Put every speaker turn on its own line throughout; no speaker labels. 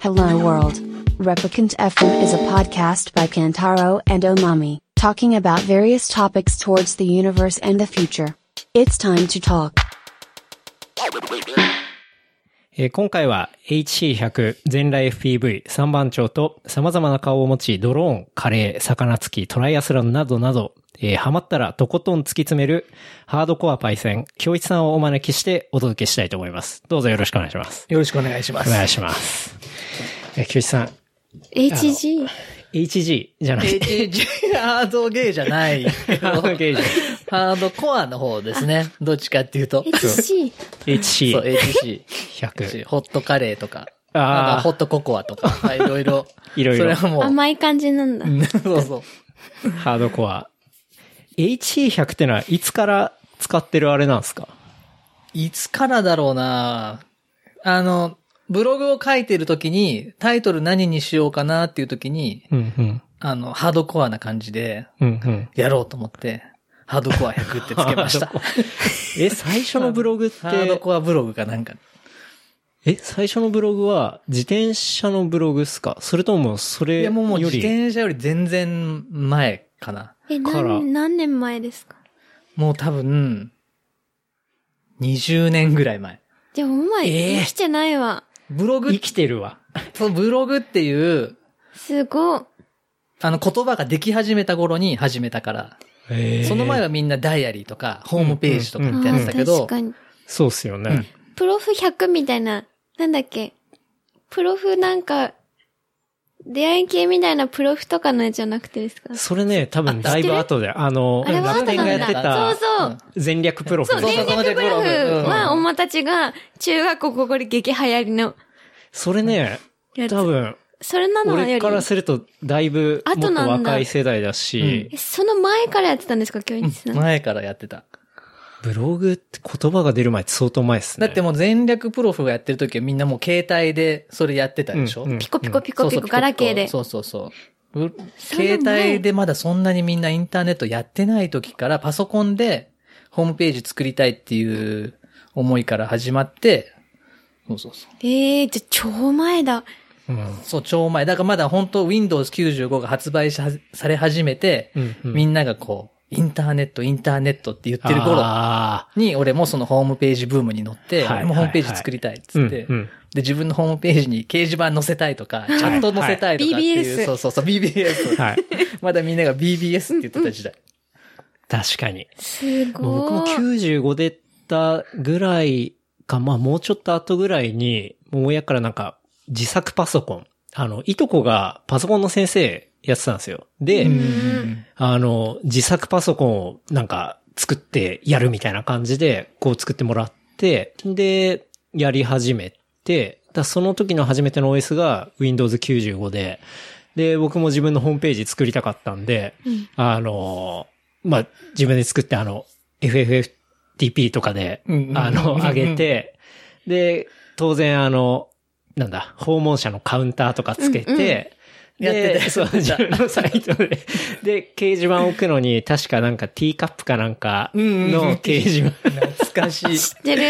Hello World. Replicant FM is a podcast by Kantaro and Omami, talking about various topics towards the universe and the future. It's time to talk.
えー今回は HC100 全来 FPV 三番長と様々な顔を持ちドローン、カレー、魚付き、トライアスロンなどなど、えーハマったらとことん突き詰めるハードコアパイセン、京一さんをお招きしてお届けしたいと思います。どうぞよろしくお願いします。
よろしくお願いしま
お
す。
願いします。えー、京一さん、
HG?
HG じゃなくて、
HG ハードゲーじ ゃないけど。
ハードゲーじゃ
ハードコアの方ですね。どっちかっていうと。
HC?
そう、
HC100。
HC。ホットカレーとか。なんか
あ
ホットココアとか。はい、いろいろ。
いろいろ
それはもう。
甘い感じなんだ。
そうそう。
あ、ハードコア。HC100 ってのはいつから使ってるあれなんですか
いつからだろうなあの、ブログを書いてるときに、タイトル何にしようかなっていうときに、
うんうん。
あの、ハードコアな感じで、
うんうん。
やろうと思って、ハードコア100ってつけました
ハード。コアえ、最初のブログっ
ハード
て、
コアブログかなんか。
え、最初のブログは自転車のブログっすかそれともそれ
い
よ
や、
り
もうもう自転車より全然前かな。
え、
から
何、何年前ですか
もう多分、20年ぐらい前。
じゃあ、お前、
えー
生きてないわ。
ブログ
生、きてるわ。
そうブログっていう、
すごい。
あの言葉ができ始めた頃に始めたから、その前
は。
はみんなダイアリーとか、ホームページとか
うん
あ
ってやってたけ
ー確
ど、。
かに。
そうっすよね。
プロフ100みたいな、なんだっけ。プロフなんか、出会い系みたいなプロフとかのやつじゃなくてですか
それね、多分だいぶ後で、あの、
あれは
楽
後
天
な
が
ん
やって
だ。
た
そうそううん
全略プロフ
そう、
そう
全
そう
力プロフは、おまたちが、中学校ここで激流行りの
それね、
やつ。
多分、
それなのよ
俺
り
か、らするとだいぶもっと
後なんだ
若い世代だし
え、その前からやってたんですか、教員さん。
前からやってた。
ブログって言葉が出る前って相当前っすね。
だってもう全略プロフがやってる時はみんなもう携帯でそれやってたでしょ
うんうん
ピコピコピ
そ
コ
うそ
ピ
う
コガラケーで。
そうそうそう。う
そうな
携
んだ
帯でまだそんなにみんなインターネットやってない時からパソコンでホームページ作りたいっていう思いから始まって、そうそうそう。
ええじゃあ超前だ。
うん
そう、超前。だからまだ本当 Windows 95が発売しはされ始めて、
うんうん
みんながこう、インターネット、インターネットって言ってる頃
あ
に、俺もそのホームページブームに乗って、
はい
俺もホームページ作りたいっつって、
うんうん
で、自分のホームページに掲示板載せたいとか、チャット載せたいとかっていう、
はい
そうそうそう、BBS。
ーはい。
まだみんなが BBS って言ってた時代。
確かに。
す
もう僕
ご
も
い。
95出たぐらいか、まあもうちょっと後ぐらいに、もう親からなんか自作パソコン。あの、いとこがパソコンの先生やってたんですよ。で、
うん
あの、自作パソコンをなんか作ってやるみたいな感じで、こう作ってもらって、で、やり始めて、だその時の初めての OS が Windows 95で、で、僕も自分のホームページ作りたかったんで、
うん
あの、まあ、自分で作ってあの、FFFTP とかで、
うん
あの、
うん
上げて、で、当然あの、なんだ、訪問者のカウンターとかつけて、
うんうん
で
やってたや
そう、自分のサイトで。で、掲示板置くのに、確かなんかティーカップかなんかの掲示板
懐かしい。
知ってる。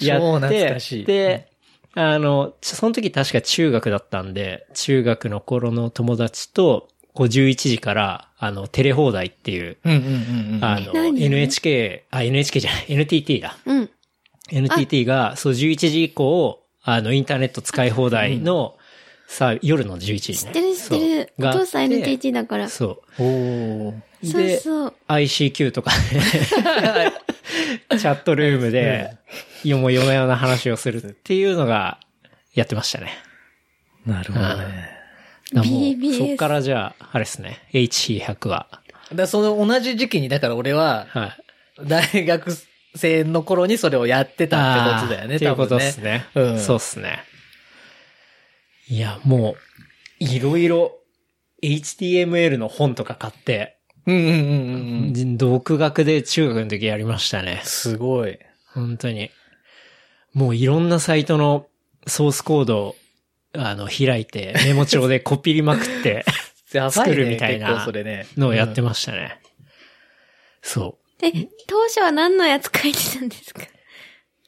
や
超
って、
懐かしい。
で、あの、ちその時確か中学だったんで、中学の頃の友達と、こう11時から、あの、テレ放題っていう、
うんうんうんうん。
あの、
何
NHK、あ、NHK じゃない、NTT だ。
うん。
NTT が、そう、11時以降、あの、インターネット使い放題の、さ、夜の11時
知
ね。
ってる知ってる。お
そう
父さん
があって
NTT だから。そ
そ
お ー
う
う。
そう
で、ICQ とか でチャットルームで、よもよもよな話をするっていうのが、やってましたね。
なるほどね。
だからもう
BBS
そっからじゃあ、あれですね。HC100 は。
だその同じ時期に、だから俺は、
はい。
大学生の頃にそれをやってたってことだよ
あー
ね、
っていう
多
こと
分
で
ね
す。ね。
うん
そうっすね。いや、もう、いろいろ、HTML の本とか買って、
うんうんうんうんうん。
独学で中学の時やりましたね。
すごい。
本当に。もういろんなサイトのソースコードを、あの、開いて、メモ帳でコピりまく って、
やば
作
い
る
ね、
みたいな
結構それね。
のをやって
ま
ましたね。そう。
え、当初は何のやつ書いてたんですか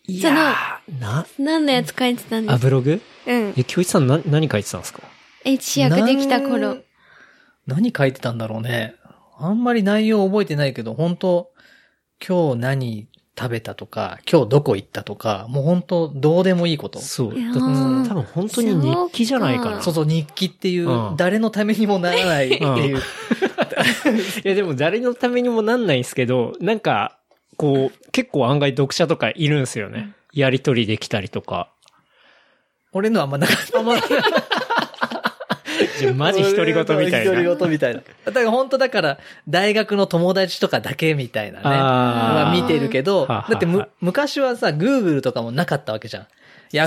いやー、な、
何のやつ書いてたんで
あ、
す
ブログ
うん。
え、京一さんな、何書いてたんですか
一役できた頃。
何書いてたんだろうね。あんまり内容覚えてないけど、本当今日何食べたとか、今日どこ行ったとか、もう本当どうでもいいこと。
そ
そ
う。
いや
だ
ー
多分本当に日記じゃないかな。
そう
そう、日記っていう、
うん
誰のためにもならないっていう。
いや、でも誰のためにもなんないんですけど、なんか、こう、結構案外読者とかいるんですよね。やりとりできたりとか。
俺のはあんまなか った。
じゃあマジ独り言みたい
独り
な。
言みたいな。だから本当だから、大学の友達とかだけみたいなね。
あ
は
ー
見てるけど、
はあはあ
だってむ、昔はさ、Google とかもなかったわけじゃん。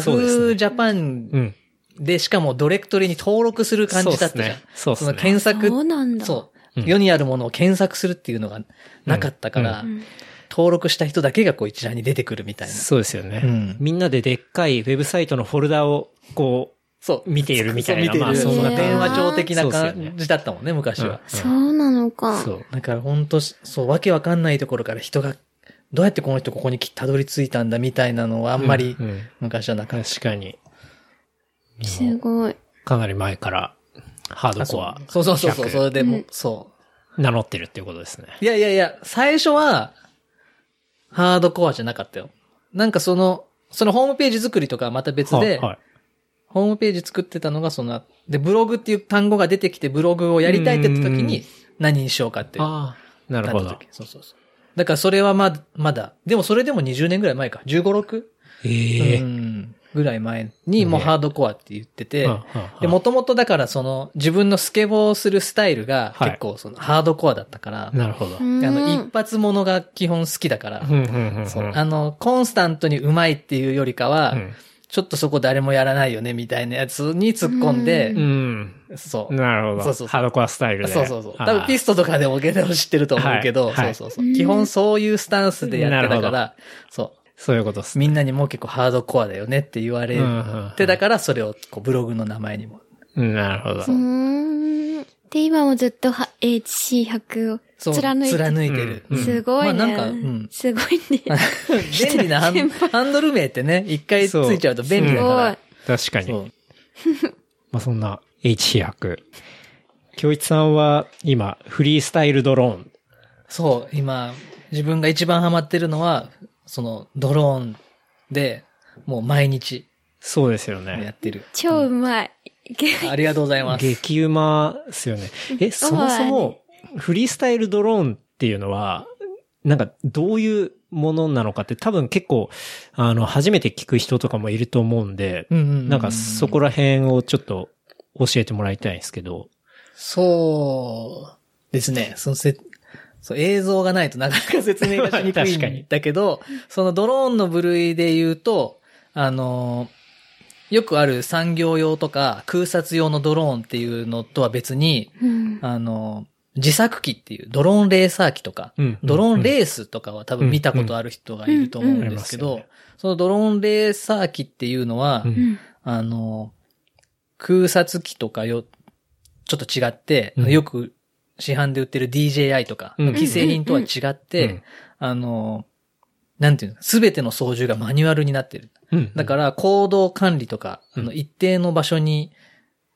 そうです
Yahoo
ね
Japan
うん。
で、しかもドレクトリに登録する感じだったじゃん。
そうっすねそ
そ
うっ
の
すね
検
そう
索、
なんだ。
そう、
うん
世にあるものを検索するっていうのがなかったから、
うん
登録した人だけがこう一覧に出てくるみたいな。
そうですよね、
うん
みんなででっかいウェブサイトのフォルダを、こ
そう。
見ているみたいな
そう見ている
まあ
そんな感じ
電話帳的な
そうっすよね
感じだったもんね、昔は。
そうなの
う、
か。
そう。
だから本当そう、わけわかんないところから人が、どうやってこの人ここに来たどり着いたんだみたいなのはあんまり
うんうん
昔はなかっ
確かに。
すごい。
かなり前から、ハー
た。
ドコア、
そうそうそうそう、それで
う
も
ん、
そ
名乗ってるっていうことですね。
う。いやいやいや、最初は、ハードコアじゃなかったよ。なんかその、そのホームページ作りとかはまた別で、
はいはい
ホームページ作ってたのがその、で、ブログっていう単語が出てきてブログをやりたいって言った時
うん
に、何にしようかって。
ああ、なるほ
なっ
ど
た時。そうそうそう。だからそれはま、まだ、でもそれでも20年ぐらい前か。15、6?
ええ
うんぐらい前にもう
ね
ハードコアって言ってて、
うんうんうん
で、もともとだからその自分のスケボーをするスタイルが
はい
結構そのハードコアだったから、
なるほど。
う
うん
ん
あの一発ものが基本好きだから、
うんうんうん。
そうあの、コンスタントにうまいっていうよりかは、
うん
ちょっとそこ誰もやらないよねみたいなやつに突っ込んで
う、ん。
そう。
なるほど。
そうそうそう
ハードコアスタイルで。
そうそうそう。
あー
多分ピストとかでもゲネを知ってると思うけど、
はいはい
そうそうそう。基本そういうスタンスでやってたか
な
ら、そう。
そういうことですね。
みんなにもう結構ハードコアだよねって言われ
うんうんうん
て、だからそれをこうブログの名前にも。
なるほど。
うーん。で、今もずっとは HC100
そ
を
う
貫いて。
貫いてる。
うん
すごいね。
まあなんかうん
すごいね。
便利な ハンハンドル名ってね、一回ついちゃうと便利だか。
確からに。
そう
まあ、そんな H100。京一さんは今、フリースタイルドローン。
そう、今、自分が一番ハマってるのは、そのドローンで、もう毎日
そうですよ
や
ね。
ってる。
超うまい。
ありがとうございます。
激うまっすよね。え、そもそも、フリースタイルドローンっていうのは、なんかどういうものなのかって多分結構、あの、初めて聞く人とかもいると思うんで、
うんうんう
なんかそこら辺をちょっと教えてもらいたいんですけど。
そうですね。そのせそう映像がないとなかなか説明がしにくい
確かに
んだけど、そのドローンの部類で言うと、あの、よくある産業用とか空撮用のドローンっていうのとは別に、
うん。
あの、自作機っていうドローンレーサー機とか、
うん
ドローンレースとかは多分見たことある人がいると思うんですけ
うんうん
ど、
うんうん
そのドローンレーサー機っていうのは、
うん
うん。
あの、空撮機とかよ、ちょっと違って、
うん
よく市販で売ってる DJI とか、
うん
既製品とは違って、
うん
あの、なんていうの、すべての操縦がマニュアルになってる。
うん
だから、行動管理とか、
うん
あの一定の場所に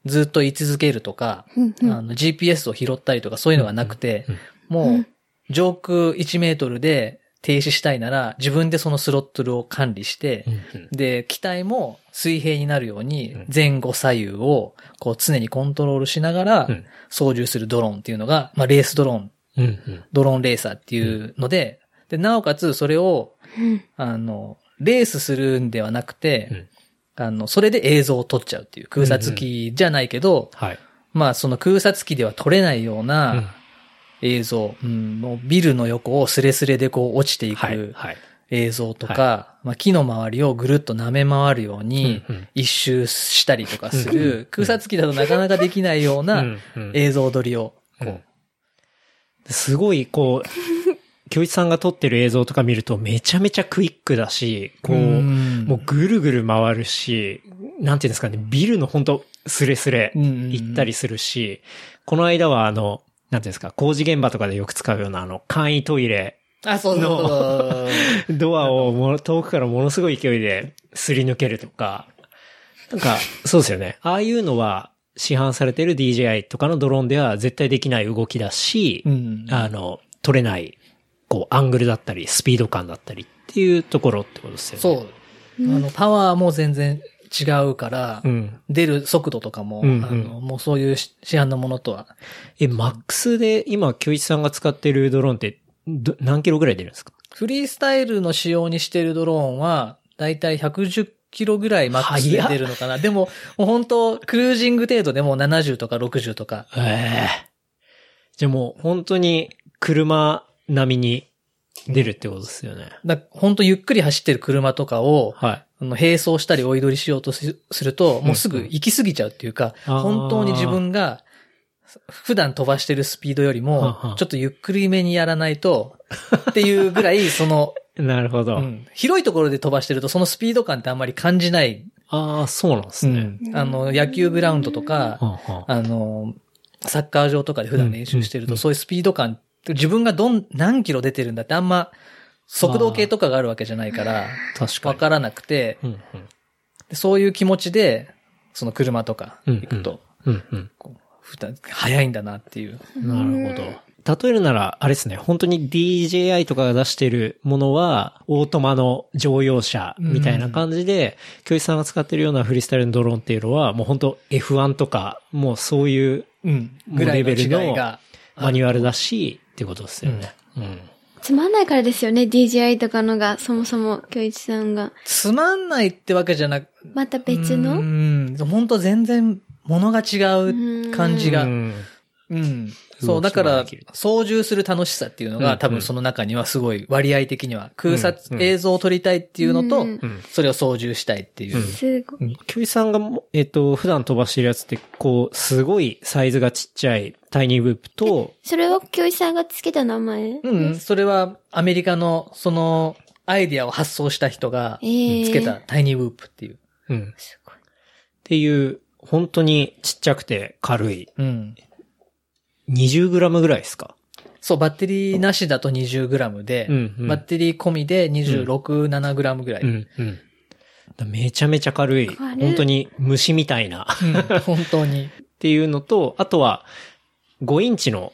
ずっと居続けるとか、
うんう
あ
ん。
の GPS を拾ったりとかそういうのがなくて、もう上空1メートルで停止したいなら、自分でそのスロットルを管理して、
うんうん
で、機体も水平になるように
うん
前後左右をこう常にコントロールしながら
うん
操縦するドローンっていうのが、まあレースドローン、
うんうん
ドローンレーサーっていうので、で、なおかつそれを、
うん
あの、レースするんではなくて、あの、それで映像を撮っちゃうっていう空撮機じゃないけど、
はい。
まあその空撮機では撮れないよう
うん
な映像、うん、もうビルの横をスレスレでこう落ちてい
はい。
く
はい。
映像とか、まあ、木の周りをぐるっと舐め回るように
うんうん
一周したりとかす
うんう
る、空撮機だとなかなかできないような
うんうん
映像撮りを、
う
こ
ん
う、
すごい、こう、 京一さんが撮ってる映像とか見るとめちゃめちゃクイックだし、こう、
うん
もうぐるぐる回るし、なんていうんですかね、ビルの本当スレスレ
うんうんうん
行ったりするし、この間はあの、なんていうんですか、工事現場とかでよく使うようなあの、簡易トイレ
あ、そうそうそう
ドアをもの遠くからものすごい勢いですり抜けるとか、なんか、そうですよね。ああいうのは、市販されてる DJI とかのドローンでは絶対できない動きだし、
うん
あの、取れない、こう、アングルだったり、スピード感だったりっていうところってことですよね。
そう。あの、パワーも全然違うから、
うん。
出る速度とかも、
うんうん
あのもうそういう市市販のものとは。
え、マックスで今、京一さんが使ってるドローンって、ど何キロぐらい出るんですか
フリースタイルの仕様にしてるドローンは、だいたい110キロぐらいマックスで
速っ
出るのかな。でも、もう本当クルージング程度でもう70とか60とか。
ええじゃあもう、本当に、車並みに出るってことですよね。
だ本当ゆっくり走ってる車とかを、
はい。
あの、並走したり追い取りしようとしすると、もうすぐ行き過ぎちゃうっていうか、
うんあー
本当に自分が、普段飛ばしてるスピードより
はんは
も
ん、
ちょっとゆっくりめにやらないと、っていうぐらい、その、
なるほど。
うん広いところで飛ばしてると、そのスピード感ってあんまり感じない。
ああ、そうなんですね。
あの、野球グラウンドとか、
はあはあ
あの、サッカー場とかで普段練習してる
うん
と、そういうスピード感って、自分がどん、何キロ出てるんだってあんま、速度計とかがあるわけじゃないから、
確か
わ
に。
からなくて、
うん
でそういう気持ちで、その車とか
うん
行くと、
うん。うん
こう普段早いんだなっていう。
うん。なるほど。例えるなら、あれですね、本当に DJI とかが出してるものは、オートマの乗用車みたいな感じで、教授さんが使ってるようなフリースタイルのドローンっていうのは、もう本当 F1 とか、もうそういう
うん。
もう
ぐらいの
レベルの
違いが。
マニュアルだし、ってことですよね。うん。
つまんないからですよね、DJI とかのが、そもそも、京一さんが。
つまんないってわけじゃなく、
また別の
うん。本当全然物が違う感じ
う
が。うん
ん。
そう、だ
動
か
きも
ら
できる、
操縦する楽しさっていうのが、
うん
多分その中にはすごい割合的には、空撮、
うん
映像を撮りたいっていうのと、
うん
うん
それを操縦したいっていう。
すごい。
キョイさんがも、えっ、と、普段飛ばしてるやつって、こう、すごいサイズがちっちゃいタイニーブープと、
それは京一さんがつけた名前
うん、それはアメリカの、その、アイディアを発想した人が、
ええ
つけた。タイニーウープっていう。
うんっ
すごい。
ていう、本当にちっちゃくて軽い、
うん。
20g ぐらいですか
そう、バッテリーなしだと 20g で、
うんうん
バッテリー込みで26、7g ぐらい。
う
うん
ん、うん。めちゃめちゃ軽い。
軽い
本当に虫みたいな っ
本当に。
ていうのと、あとは、5インチの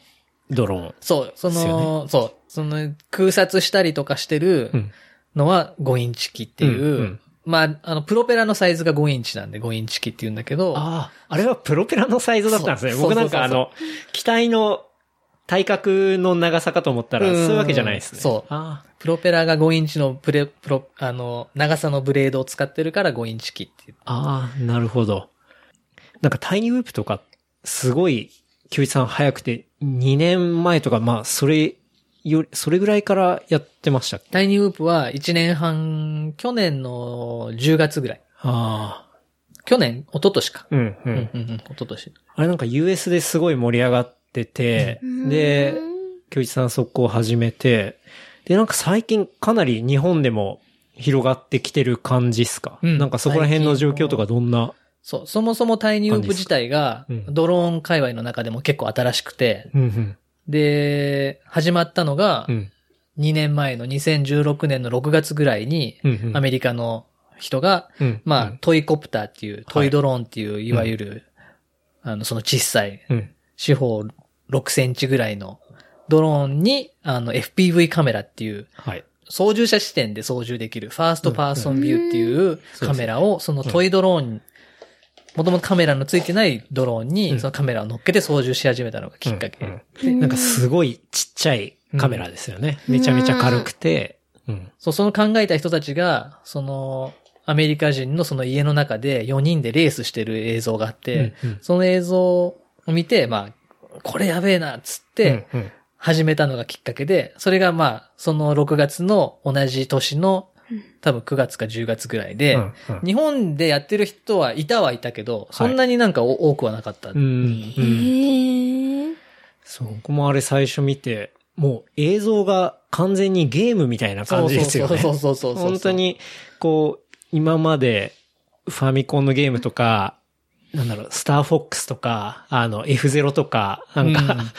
ドローン。
そう、そ
ですよ
の、そう、その空撮したりとかしてる
うん
のは5インチ機っていう、
うんうん
まあ、あの、プロペラのサイズが5インチなんで5インチ機って言うんだけど、
ああ、あれはプロペラのサイズだったんですね。
そう
僕なん
そ
かあ
うそうそう
の、機体の体格の長さかと思ったら、そ
うん
う
うん
いうわけじゃないですね。
そう
あ
プロペラが5インチのプレ、プロ、あの、長さのブレードを使ってるから5インチ機っていう。
あ、ああなるほど。なんかタイニーウープとか、すごい、キュウイチさん早くて、2年前とか、まあ、それより、それぐらいからやってましたっけ
タイニーウープは1年半、去年の10月ぐらい。
ああ。
去年、一昨年か。
うん、う
うんん。うんうん、一昨年。
あれなんか US ですごい盛り上がってて、で、京一さん速攻を始めて、で、なんか最近かなり日本でも広がってきてる感じっすか、
うん
なんかそこら辺の状況とかどんな、
そう、そもそもタイニーウープ自体が
感じですかう、ん
ドローン界隈の中でも結構新しくて、
うんうん、
で、始まったのが
う、ん、
2年前の2016年の6月ぐらいに、
うんうん
アメリカの人が、
うん
ま
う
あ
ん、
トイコプターっていう、トイドローンっていう、いわゆる、あの、その小さい、
うん、
四方6センチぐらいのドローンに、あの、FPV カメラっていう、
はい。
操縦者視点で操縦できる、ファーストパーソンビューっていうカメラを、そのトイドローンに、もともとカメラのついてないドローン
う
に、
ん
そのカメラを乗っけて操縦し始めたのがきっかけ。
うんうんなんかすごいちっちゃいカメラですよね。めちゃめちゃ軽くて、うん、
そう、その考えた人たちが、その、アメリカ人のその家の中で4人でレースしてる映像があって、
うんうん
その映像を見て、まあ、これやべえな、っつって、
うんうん
始めたのがきっかけで、それがまあ、その6月の同じ年の、多分9月か10月ぐらいで、
うんうん
日本でやってる人はいたはいたけど、そんなになんかお多くはなかった。
うんう
へ
ん
ー
そう、僕もあれ最初見て、もう映像が完全にゲームみたいな
そ
感
う
じです
そ
よ
うそう
ね。
そうそうそう。
本当。に、こう、今までファミコンのゲームとか、なんだろう、スターフォックスとか、あの、F0 とか、なんか、
うん
あ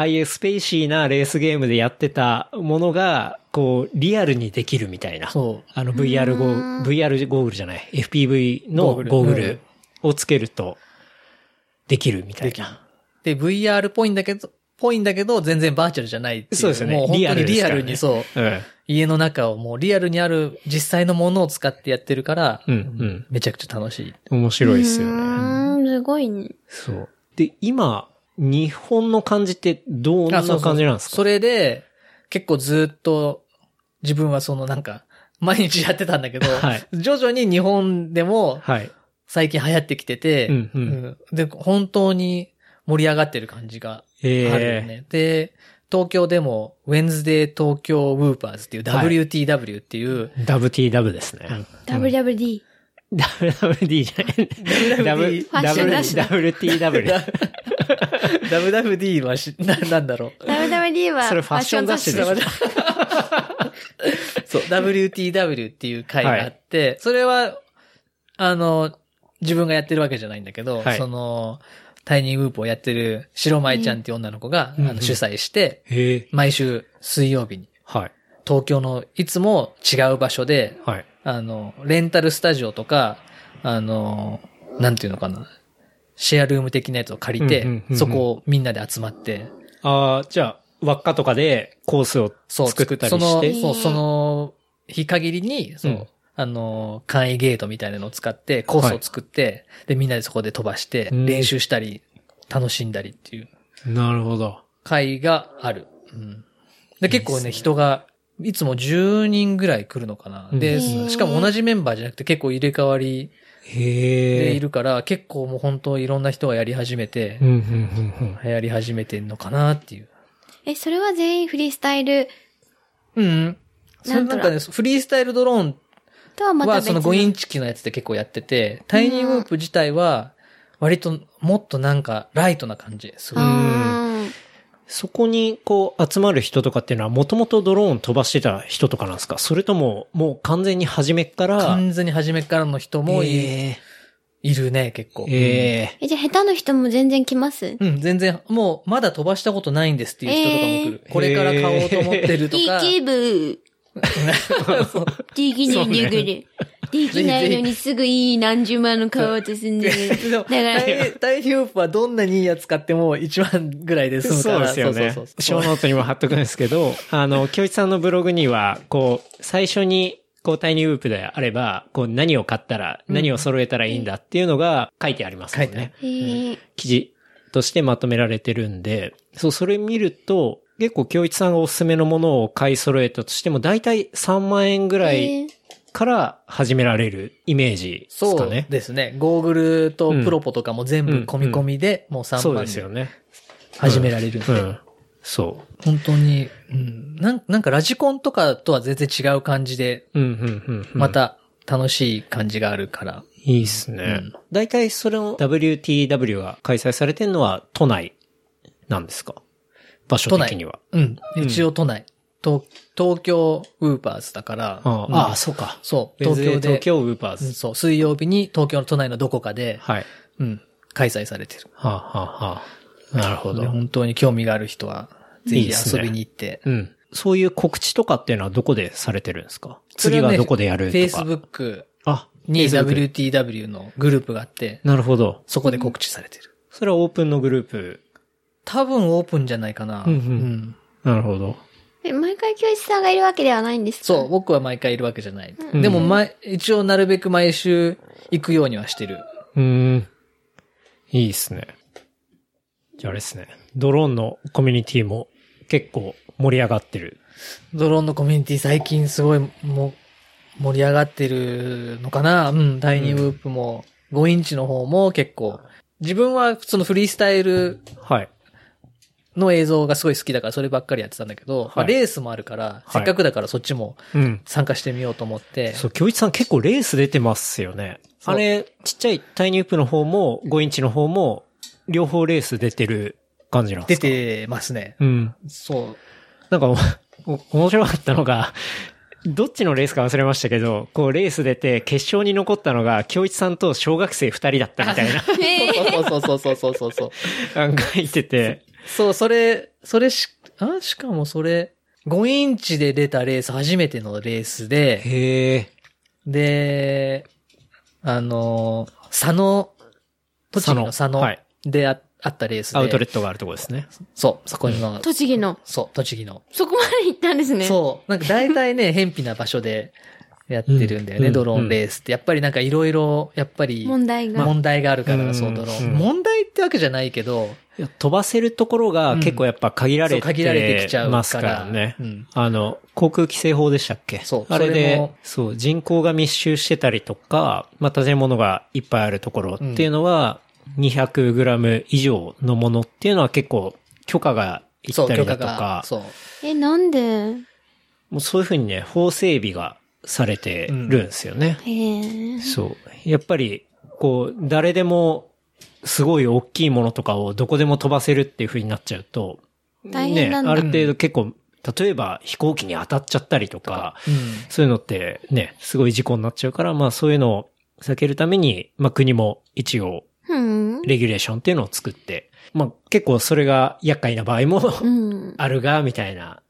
あいうスペーシーなレースゲームでやってたものが、こう、リアルにできるみたいな。
そう。
あの VR ゴ
う
ー、
ん
VR ゴーグルじゃない。FPV の
ゴーグル
ゴーグルをつけると、できるみたい
できる
な。
で、VR っぽいんだけど、ぽいんだけど、全然バーチャルじゃないってい
そうですよね
もう本当にリ
リ
ア
ア
ル
ル
に
です
そう、
うん。
家の中をもうリアルにある実際のものを使ってやってるから、
うんうん
めちゃくちゃ楽しい。
面白いですよね。
ね。すごいね。
そう。で、今、日本の感じってどんな
あそうそう
感じなんですか
それで、結構ずっと、自分はそのなんか、毎日やってたんだけど、
はい
徐々に日本でも
はい。
最近流行ってきてて、
うんうん
うんで、本当に盛り上がってる感じが
え
あるよね。で、東京でも、ウェンズデー東京ウーパーズっていう
はい
WTW っていう、
ー、WTW ですね。
WWD。
WWD じゃない
WWD
ファッション雑誌
WTW。
WWD はし、 な、なんだろう。
WWD は
それファッション雑誌でしょ
ファッション雑誌
そう、WTW っていう会があって、それは、あの、自分がやってるわけじゃないんだけど、
はい
その、タイニーウープをやってる白舞ちゃんっていう女の子が、
うん
あ
うんう
の
ん
主催して、
へえ。
毎週水曜日に、
はい。
東京のいつも違う場所で、
はい。
あの、レンタルスタジオとか、あの、なんていうのかな、シェアルーム的なやつを借りて、
うんうんうんうん
そこをみんなで集まって、
ああ、じゃあ、輪っかとかでコースを
そう、
作ったり
そ
し
の
て。
そう、その日限りに、そう、
うん
あの、簡易ゲートみたいなのを使って、コースを作って、で、みんなでそこで飛ばして、
うん
練習したり、楽しんだりっていう
なるほど。
会がある。うん。で、結構
いいっ
ね、
すね
人が、いつも10人ぐらい来るのかな。
うん
で、
へえ
しかも同じメンバーじゃなくて結構入れ替わりで
へ
い
え。
るから、結構もう本当いろんな人がやり始めて、
うん、うん、うん、
流行り始めてんのかなっていう。
え、それは全員フリースタイル
うん。それなんかね、フリースタイルドローン
とはまた
は、
別
その5インチ機のやつで結構やってて、タイニーウープ自体は、割ともっとなんかライトな感じ。すごい。
あ
そこに、こう、集まる人とかっていうのは、もともとドローン飛ばしてた人とかなんですかそれとも、もう完全に初めっから、
完全に初めからの人もい,、
え
るね、結構
ー、。え
ーえ、じゃあ下手な人も全然来ます
うん、うん全然、もうまだ飛ばしたことないんですっていう人とかも来る。
えー
これから買おうと思ってると
い
か。
けぶ
そう
できないんだけど。できないのにすぐいい何十万の買おうとすん でる。
でも
だから
タイタイニーウープはどんなにいいやつ買っても1万ぐらいで
ー
済むか
そう
ら。
ですよね。
そうそう
シ
そ
ョ
う
ーノートにも貼っとくんですけど、あの、京一さんのブログには、こう、最初に、こう、タイニーウープであれば、こう、何を買ったら、何を揃えたらいいんだっていうのが書いてありますもん
書いてあ
ね
る。
えー
記事としてまとめられてるんで、そう、それ見ると、結構、京一さんがおすすめのものを買い揃えたとしても、だいたい3万円ぐらい
えー
から始められるイメージです
そ
か
う
ね。
ですね。ゴーグルとプロポとかも全部込み込みで、もう3
そう
万
ですよ
で
ね。
始められるんで。
うん。そ
本当に、うん、なんなんかラジコンとかとは全然違う感じで、
う。うん、うん、うん。うん
ま。た楽しい感じがあるから。
いいっすね
うん。
大体、それを WTW が開催されてるのは都内なんですか場所
都内
的には。
うん。
ん
一応都内。東東京ウーパーズだから、
あ
うん
あ、ああそうか。
そう、
東京
東京
で。東
で、
京ウーパー
うん
ズ。
そう、水曜日に東京の都内のどこかで、
はい。
うん、開催されてる。
はあ、はあはあ、なるほど
で。本当に興味がある人は、ぜ
いい
ひ
です
遊
ね
びに行って。
うん。そういう告知とかっていうのはどこでされてるんですか次はどこでやるとか。
Facebook
あ、
に
Facebook
WTW のグループがあって、
なるほど。
そこで告知されてる。
それはオープンのグループ。
多分オープンじゃないかな。
うんうんなるほど。
え毎回教室さんがいるわけではないんですか
そう、僕は毎回いるわけじゃない。
うん
でも、ま、一応なるべく毎週行くようにはしてる。
うーん。いいですね。じゃああれですね。ドローンのコミュニティも結構盛り上がってる。
ドローンのコミュニティ最近すごいも盛り上がってるのかなうん、第2ウープも、5インチの方も結構。自分はそのフリースタイル
はい。
の映像がすごい好きだからそればっかりやってたんだけど、
い
まあレースもあるから、せっかくだからそっちも
うん。
参加してみようと思って。
そう、京一さん結構レース出てますよね。
そう
あれ、ちっちゃいタイニーウープの方も5インチの方も両方レース出てる感じなんで
出
すかて。
てますね。
うん。
そう。
なんかお、お面白かったのが、どっちのレースか忘れましたけど、こうレース出て決勝に残ったのが、京一さんと小学生二人だったみた いな、
そうそうそうそうそうそうそう。
なんか言ってて、
そう、それ、それし、あしかもそれ、 5インチで出たレース、初めてのレースで、
へえ。
で、あの、佐野、栃木の佐
佐野
野
はい
であ,、ったレースで。
アウトレットがあるところですね。
そう、そこの、
栃木の。
そう、栃木の。
そこまで行ったんですね。
そう、なんか大体ね、偏僻な場所でやってるんだよね、
うん
ドローンレースって。やっぱりなんかいろいろ、やっぱり、
問題が。
問題があるから、
うん
そう、ドロー
うん
ン。問題ってわけじゃないけど、
いや飛ばせるところが結構やっぱ限ら
そ
れ
う
て
限られてきちゃうから。
ますからね。
うん。
あの、航空規制法でしたっけ
そう
あれ
それ
で
も、
そう、人口が密集してたりとか、まあ、建物がいっぱいあるところっていうのは、200g 以上のものっていうのは結構許可がい
そ
っ
う、
たり
許
だ
可
と
が
か、、
そう。
え、なんで
もうそういうふうにね、法整備がされてるんですよね。
へえ。
そう。やっぱり、こう、誰でも、すごい大きいものとかをどこでも飛ばせるっていう風になっちゃうと、
大変なんだ
ね、ある程度結構、例えば飛行機に当たっちゃったりとか、
うん。
そういうのってね、すごい事故になっちゃうから、まあそういうのを避けるために、まあ国も一応、
うん。
レギュレーションっていうのを作って、まあ結構それが厄介な場合も
うん。
あるが、みたいな。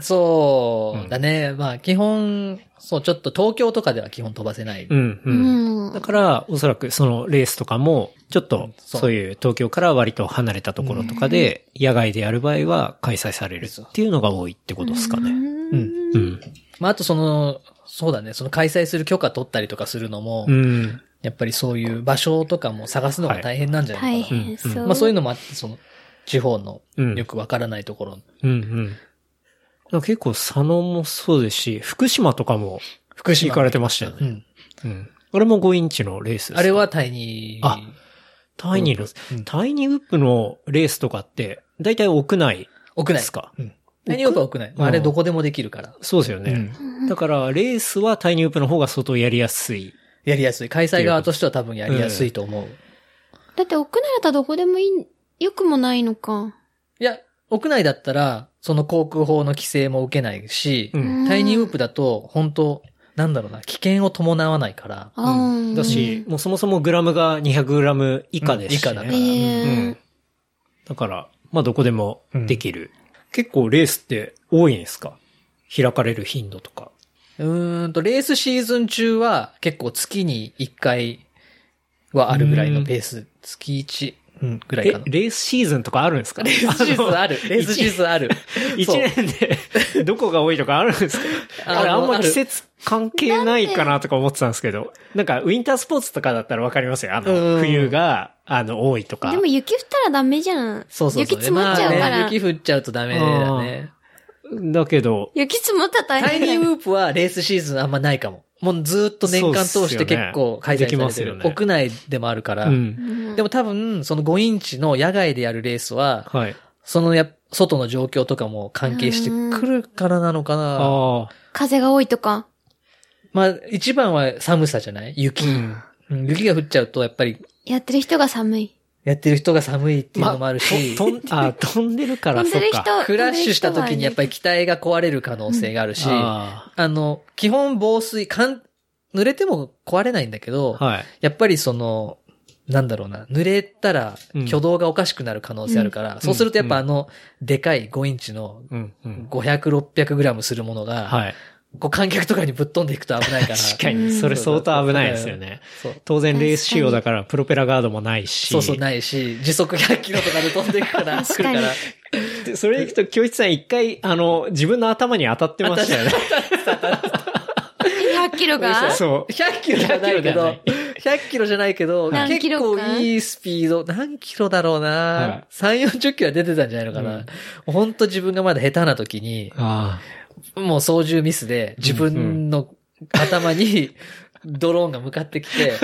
そうだね。まあ基本、そう、ちょっと東京とかでは基本飛ばせない。
うん、
う
うん。
ん。
だから、おそらくそのレースとかも、ちょっと、
そう
そういう東京から割と離れたところとかで、野外でやる場合は開催されるっていうのが多いってことですかね。
うん
うん。
まああとその、そうだね、その開催する許可取ったりとかするのも、
うん。
やっぱりそういう場所とかも探すのが大変なんじゃないかな。
大変そう。
うん
まあそういうのもあって、その、地方の
うん
よくわからないところ、
うん、うん。だから結構佐野もそうですし、福島とかも
福
行
島。
かれてましたよ
う
ね。
ん。
うん。あれも5インチのレースですか
あれはタイに、
あタイニーの、
うん
タイニーウップのレースとかって、だいたい屋内。
屋内
ですか。
うん。タイニーウープは屋内。まああれどこでもできるから。
そうですよね。だから、レースはタイニーウップの方が相当やりやすい。
やりやすい。開催側としては多分やりやすいと思う。
だって屋内だったらどこでもいい、よくもないのか。
いや、屋内だったら、その航空法の規制も受けないし、
うん
タイニーウープだと、本当なんだろうな、危険を伴わないから、
あー
だし、、もうそもそもグラムが200グラム以下ですし、ね。
うん以下だ
え
ね
う
ー
ん。だから、まあどこでもできる。結構レースって多いんですか開かれる頻度とか。
うーんと、レースシーズン中は結構月に1回はあるぐらいのペース。月1、うん、ぐらい
え、
かな。レ
レースシーズンとかあるんですかレ
ースシーズンある。レースシーズンある。
一
そう
年で どこが多いとかあるんですか
あ
あれあん
あ
ま
る
季節関係ないかなとか思ってたんですけど、なんかウィンタースポーツとかだったらわかりますよ。あ
うん
の、冬が、あの、多いとか。
でも雪降ったらダメじゃん。
そうそうそう。
雪積もっちゃうか
まあ
ら。
ね雪降っちゃうとダメだね。
だけど、
雪積もったら大
タイニー
変だよ。
ウープはレースシーズンあんまないかも。もうずーっと年間通して結構開催され
そうってすよ
る。
ねできますよね
屋内でもあるから。
うん。
うん
でも多分、その5インチの野外でやるレースは、
はい。
そのやっ、外の状況とかも関係してくるからなのか
あ
な。
あ。
風が多いとか。
まあ、一番は寒さじゃない雪。
うん
うん雪が降っちゃうと、やっぱり、
やってる人が寒い。
やってる人が寒いっていうのもあるし、
とん あ、飛んでるから、
飛ん
そ
で
っ
る人
か。。
クラッシュした時にやっぱ
り。
り機体が壊れる可能性があるし、あ
あ
の、基本防水、かん、濡れても壊れないんだけど、
あはい。
やっぱりその、なんだろうな、濡れたら
うん
挙動がおかしくなる可能性あるから、そうするとやっぱあの、でかい5インチの
うん、うん。
500、600グラムするものが、
はい。
こう観客とかにぶっ飛んでいくと危ないから。
確かに、それ相当危ないですよね。
そう
当然レース仕様だからプロペラガードもないし。
そうそう、ないし、時速100キロとかで飛んでいくから、
確かに
来るら
でそれでいくと、京一さん一回、あの、自分の頭に当たってましたよね。
100キロが
そう。
100キロじゃないけど、
100
100キロじゃないけど、
何
結
キロ
構
か
いいスピード、何キロだろうな、3、40キロは出てたんじゃないのか
う
な。ほんと自分がまだ下手な時に、
あ
もう操縦ミスで自分の頭にドローンが向かってき て、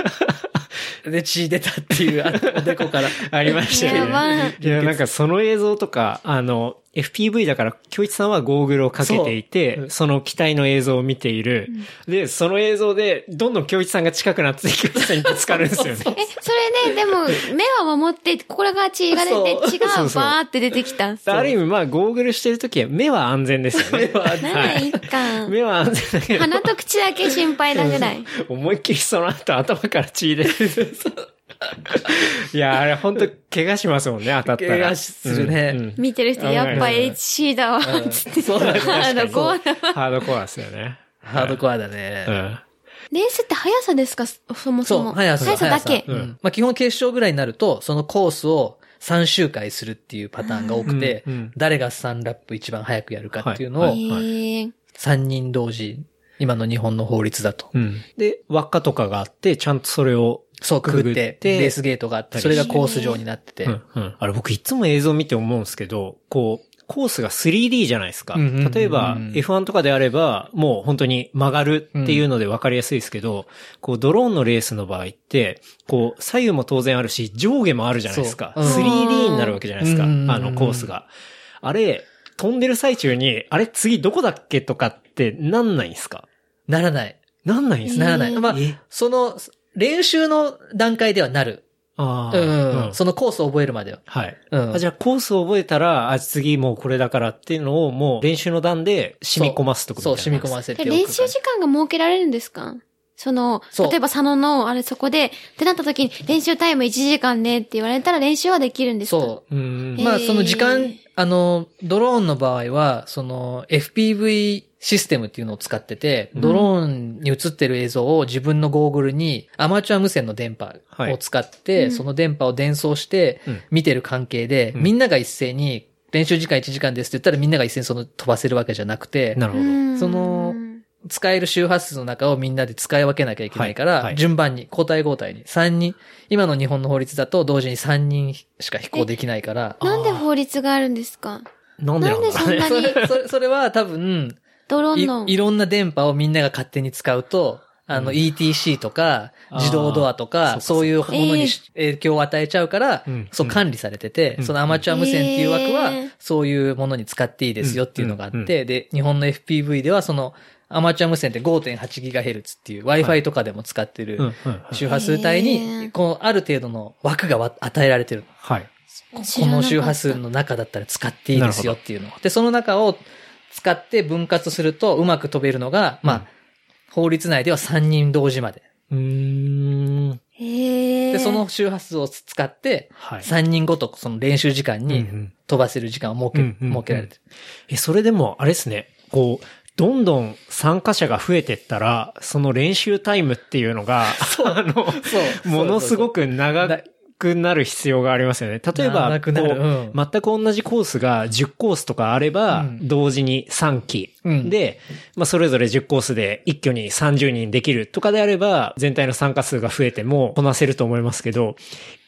で、血出たっていう、あのおでこから。
あ。ありました
や
よね。
ばい。
いや、なんかその映像とか、あの、FPV だから、京一さんはゴーグルをかけていて、
そ
そう
うん
の機体の映像を見ている。で、その映像で、どんどん京一さんが近くなって、京一さんにぶつかるんですよね。
え、それで、で も、目は守って、心が血が出
そう
て、血が
そ
バ
うそう
ーって出てきた。なん
だからある意味、まあ、ゴーグルしてるときは、目は安全ですよね。
らいいか。
目は安全だけど、
鼻と口だけ心配なぐらい。
思いっきりその後頭から血入れる。いや、あれ本当怪我しますもんね、当たったら。
怪我するね
うんうん
見てる人、
うん
やっぱ HC だわ、つって。
そうだね
あの、ゴーナ
ハードコアですよ ね。
ハードコアだ
う
ね。
ん。
レースって速さですか、そもそ
そう、
も。
速さ。
だけ。
う
うんん
まあ基本決勝ぐらいになると、そのコースを3周回するっていうパターンが多くて
うんうん、
誰が3ラップ一番早くやるかっていう
は
の
へ
を
い
ー
3人同時、今の日本の法律だと。
うん。で、輪っかとかがあって、ちゃんとそれを、
そう、くぐ
くぐ
って
っ、て
レースゲートがあって、それがコース上になってて。
あれ僕いつも映像見て思うんですけど、こう、コースが 3D じゃないですか。
うんうんうんうん
例えば F1 とかであれば、もう本当に曲がるっていうので分かりやすいですけど、こうドローンのレースの場合って、こう左右も当然あるし、上下もあるじゃないですか。
そう
3D になるわけじゃないですか。あ
うんうんうんうん
のコースが。あれ、飛んでる最中に、あれ次どこだっけとかってなんないんですか
ならない。
なんないんです
な
ね。
らない。まあ、
え
その、練習の段階ではなる。
あ
う
ー
ん。
うん
そのコースを覚えるまでは。
はい。
うん。
あじゃあコースを覚えたら、あ、次もうこれだからっていうのをもう練習の段で染み込ますってこと
そう、染み込
す。
ませて
で
おく。
練習時間が設けられるんですかその、
そう
例えば佐野の、あれそこで、ってなった時に、練習タイム1時間ねって言われたら練習はできるんですか
そうう。
ん。
まあ、
へー
その時間、あの、ドローンの場合は、その、FPV システムっていうのを使ってて、
うん
ドローンに映ってる映像を自分のゴーグルに、アマチュア無線の電波を使って、
はいうん
その電波を伝送して
うん、
見てる関係で、
うん
みんなが一斉に、練習時間1時間ですって言ったらみんなが一斉にその飛ばせるわけじゃなくて、
なるほど。
うん
その使える周波数の中をみんなで使い分けなきゃいけないから、
はいはい
順番に、交代交代に、3人、今の日本の法律だと同時に3人しか飛行できないから、
なんで法律があるんですか
なんでなんだろうね
なん。でそんなに
それそれは多分
ドローンの。
い、いろんな電波をみんなが勝手に使うと、あの、
うん
ETC とか、
あー
自動ドアと
そう
か、
か
そういうもの
え
に
ー
し影響を与えちゃうから、
うん
そう
うん
管理されてて、
うん
そのアマチュア無線っていう枠は
えー、
そういうものに使っていいですよっていうのがあって、
うんうん
で、日本の FPV ではその、アマチュア無線って 5.8GHz っていう Wi-Fi とかでも使って
うんうん
る
はい
周波数帯
え
に、
ー
こう、ある程度の枠がわ与えられてる。
はい。
知
こ
ら
の
なかった
周波数の中だったら使っていいですよっていうの。で、その中を使って分割するとうまく飛べるのが、まあ、法律内では3人同時まで。
うーん。
へえ。
で、その周波数を使って、
はい。
3人ごとその練習時間
うんう
に
ん
飛ばせる時間を設
うんうん
け、
うん
設けられてる。
え、それでも、あれですね、こう、どんどん参加者が増えてったら、その練習タイムっていうの が、あの、
そう。
ものすご
く
く長くなる必要がありますよね。例えば、
長くなる
こう
うん
全く同じコースが10コースとかあれば、
うん
同時に3期。
うん
で、まあ、それぞれ10コースで一挙に30人できるとかであれば、全体の参加数が増えてもこなせると思いますけど、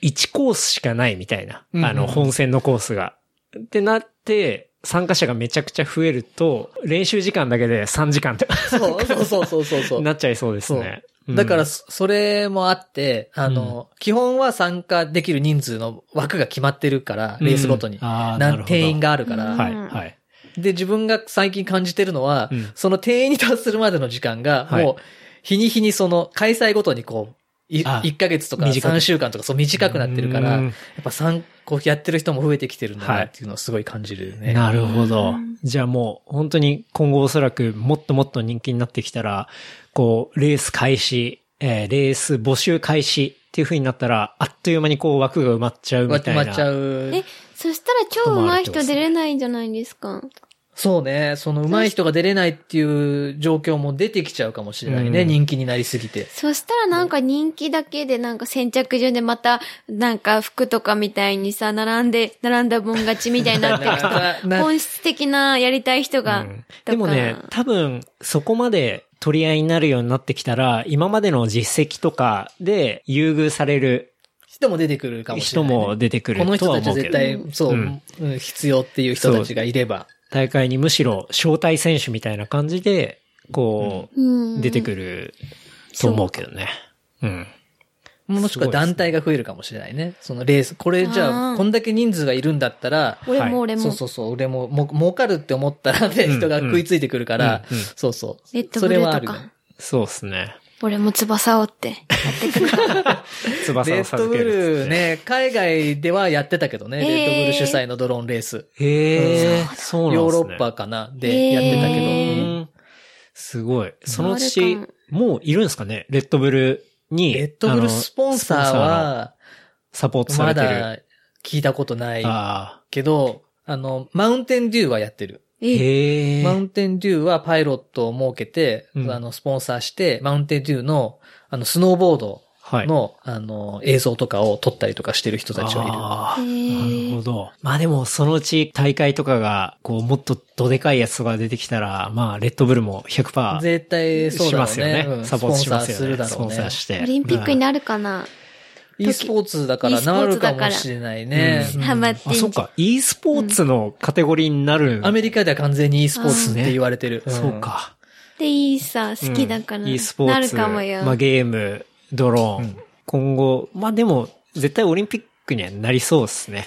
1コースしかないみたいな、
うんうん
あの、本戦のコースが。ってなって、参加者がめちゃくちゃ増えると、練習時間だけで3時間とか
そうそうそうそう そう。
なっちゃいそうですね。うん
だから、そそれもあって、あの、基本は参加できる人数の枠が決まってるから、レースごとに。
うんあーな
な
るほど
定員があるから、
うん
はい、はい。
で、自分が最近感じてるのは、
うん
その定員に達するまでの時間が、
はい
もう、日に日にその、開催ごとにこう、い
あ
1ヶ月とか
短く
3週間とか、そう短くなってるから、
うん
やっぱ参こうやってる人も増えてきてるんだ
は
ないっていうのをすごい感じるね。
なるほ
う
ど
ん。
じゃあもう本当に今後おそらくもっともっと人気になってきたら、こう、レース開始、えーレース募集開始っていう風になったら、あっという間にこう枠が埋まっちゃう
わ
み
決
たい
ま
な。
っちゃう。
え、そしたら超上手い人出れないんじゃないんですか
そうね。その上手い人が出れないっていう状況も出てきちゃうかもしれないね。
うん
人気になりすぎて。
そしたらなんか人気だけでなんか先着順でまたなんか服とかみたいにさ、並んで、並んだもん勝ちみたいになってい くと
なな
本質的なやりたい人が、
うん
とか
でもね、多分そこまで取り合いになるようになってきたら、今までの実績とかで優遇される
人も出てくるかもしれ
人
ない、ね。
も出てく
この
ると
人
は
たち
思
は
うけ
絶
ど。
対、そう、
うん
うん必要っていう人たちがいれば。
大会にむしろ招待選手みたいな感じで、こう、
うん
出てくると思うけどね。うん。
もしくは団体が増えるかもしれないね。そのレース。これじゃ
あ
あ、
ー
こんだけ人数がいるんだったら、
俺
はい
も俺も。
そうそうそう、俺も、も、儲かるって思ったらね、
うん
人が食いついてくるから
うんうん、
そうそう。
レッド
そ
ブ
れ
ル
はあ
と
るよ
か。
そうですね。
俺も翼をって。やってくるから
翼
レ
を
ッド
授
ブ
けるっつっ
ル
て。
ね、海外ではやってたけどね、
えー
レッドブル主催のドローンレース。
へえ、そうなん
ヨ
で
ー
す
ロ
ね。
ッパかな、でやってたけど。
へー
うんすごい。そのうち
回るか、
もういるんですかねレッドブルに。
レッドブ
あ
ル
の
スポンサー、は、
サポートさ
ま
れてる。
だ聞いたことない
ああ。
けど、あの、マウンテンデューはやってる。
え、
へえ。
マウンテンデューはパイロットを設けて、
うん
あの、スポンサーして、マウンテンデューの、あの、スノーボード
はい。
の、あの、映像とかを撮ったりとかしてる人たちはい
ああ
へー
なるほど。まあでも、そのうち大会とかが、こう、もっとどでかいやつとか出てきたら、まあ、レッドブルも
る。
100%
絶対そう
し
だ
ま
ろう
すよね
ね。。うん
サポートしますよね。
スポンサーするだろう
スポンサ
ね
ー。して。
オリンピックに
る。
なるかな
e スポーツだからなるかもしれないね。
う
うん
ハマってん
あ、
じゃ
そ
ん
っ。か。e スポーツのカテゴリーになる。
アメリカでは完全に e スポーツって言われてる。ん
そう。か。
で、いいさ、好きだから。
うん e スポーツ。
なるかもよ。
まあ、ゲーム、ドローン。
うん
今後、まあでも、絶対オリンピックにはなりそうですね。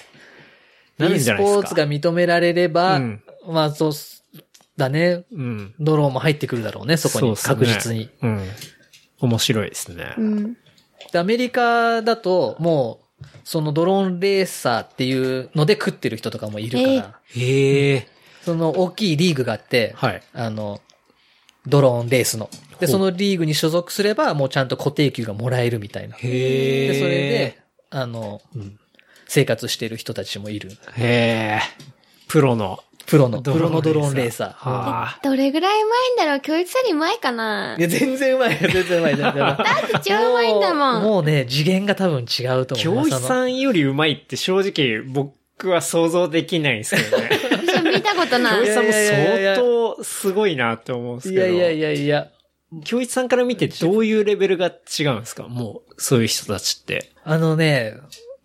なるん
e
じ
ス
ゃないです
ポ
か。
ーツが認められれば、
うん
まあそうだね。
うん。
ドローンも入ってくるだろうね、そこ
う
に。
っすね
確実に。。
うん。面白いですね。
うん。
で、アメリカだと、もう、そのドローンレーサーっていうので食ってる人とかもいるから、
えー
へえ。
その大きいリーグがあって、
はい。
あの、ドローンレースの。
ほ
で、
う
そのリーグに所属すれば、もうちゃんと固定給がもらえるみたいな。で、
へえ。
それで、あの、うん生活してる人たちもいる。
へえ。プロの。
プロの、プロのドローンレーサー。
はあ。
どれぐらい前んだろう教育より前 かない
や、全然うまいよ、全然うまい、全然う まい。
超うまいんだもん
もう。もうね、次元が多分違うと思う
教
な。
師さんよりうまいって正直僕は想像できないんですけどね。
私見たことな
教
い。
師
え
さんも
いやいやい
相
やいや
当すごいなって思うんです
そのい
けど。
やいやいやいや。
教一さんから見てどういうレベルが違うんですかもう、そういう人たちって。
あのね、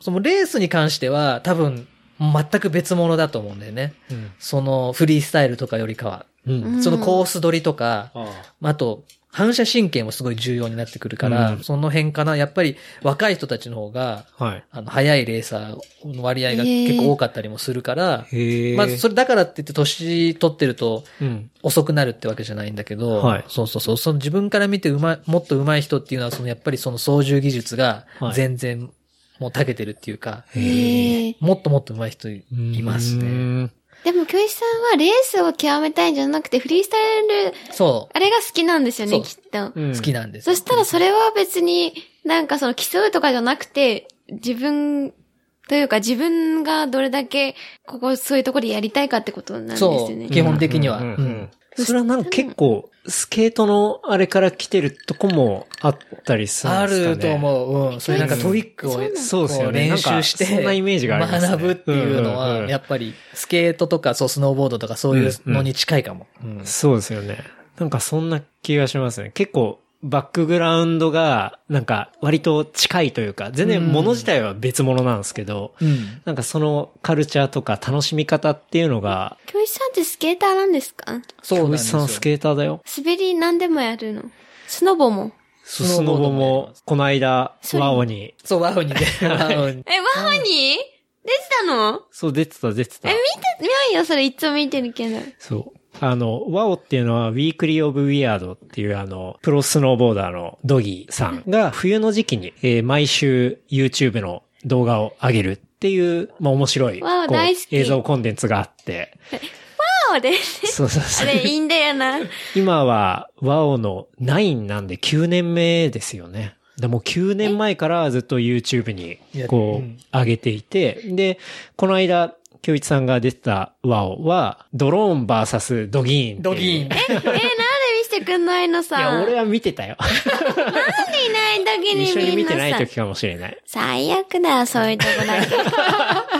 そのレースに関しては多分全く別物だと思うんだよね。
うん。
そのフリースタイルとかよりかは。
うん。
ん
そのコース取りとか、
あ
あと反射神経もすごい重要になってくるから、
うん
その辺かな。やっぱり若い人たちの方が、
あはい。
あの、早いレーサーの割合が結構多かったりもするから、
へえ。
まあ、それだからって言って年取ってると
うん。
遅くなるってわけじゃないんだけど、
はい
そうそうそう、その自分から見てうまい、もっと上手い人っていうのは、そのやっぱりその操縦技術が
はい
全然もう長けてるっていうか、
ー
もっともっと上手い人います
う
ね。
ん
でも教師さんはレースを極めたいんじゃなくて、フリースタイル、
そ
あれが好きなんですよ
そ
ね、
う
きっと。
うん
う、好きなんです。
そしたらそれは別になんかその競うとかじゃなくて、自分、というか自分がどれだけ、ここそういうところでやりたいかってことなんですよ
そ
ね
う、。基本的には。
うんうん
う
うん
ん
それはなんか結構、スケートのあれから来てるとこもあったりする
あ
んですかね。
ると思う。うん。それなんかトリック
そうなん
を
だ
そうですよね
こ練習して、
なんかそんなイメージがありますね
学ぶってい
うんう
うの
んう
は、
ん
やっぱり、スケートとか、そう、スノーボードとかそういうのに近いかも。うん
そうですよね。なんかそんな気がしますね。結構、バックグラウンドが、なんか割と近いというか、全
うん
然物自体は別物なんですけど、
うん。
なんかそのカルチャーとか楽しみ方っていうのが、
教師さんってスケーターなんですか
そうなん
お
で
じ
す
さ
よ
ん。スケーターだよ。
滑り何でもやるの。スノボも。
ス
ノー
ノ
ボー
ボ
ドもやり
も
ます、
この間、
それ
ワオに、
そう、ワウにね。ワウに。
え、ワハニー出てたの
そう出てた出てた。
見ないよ、それいつも見てるけど。
そう。あの、ワオっていうのは、ウィークリー・オブ・ウィアードっていう、あの、プロスノーボーダーのドギーさんが、冬の時期に、えー毎週 YouTube の動画を上げるっていう、まあ面白い、
わお
こう
大好き
映像コンテンツがあ って、
あれ、
そうそう
あ
そう。
れいいんだよな。
今は、ワオの9なんで9年目ですよね。でもう9年前からずっと YouTube に
いや
こ
うん
う上げていて、で、この間、京一さんが出てたワオは、ドローンバーサスドギーンっていう。
ドギーン。
え、なんで見せてくんないのさ。
いや、俺は見て たよ。
なんでいない時
一緒
に
に
み
見
んな
てない
さ。
時かもしれない。
最悪だよ、そういうとこ だ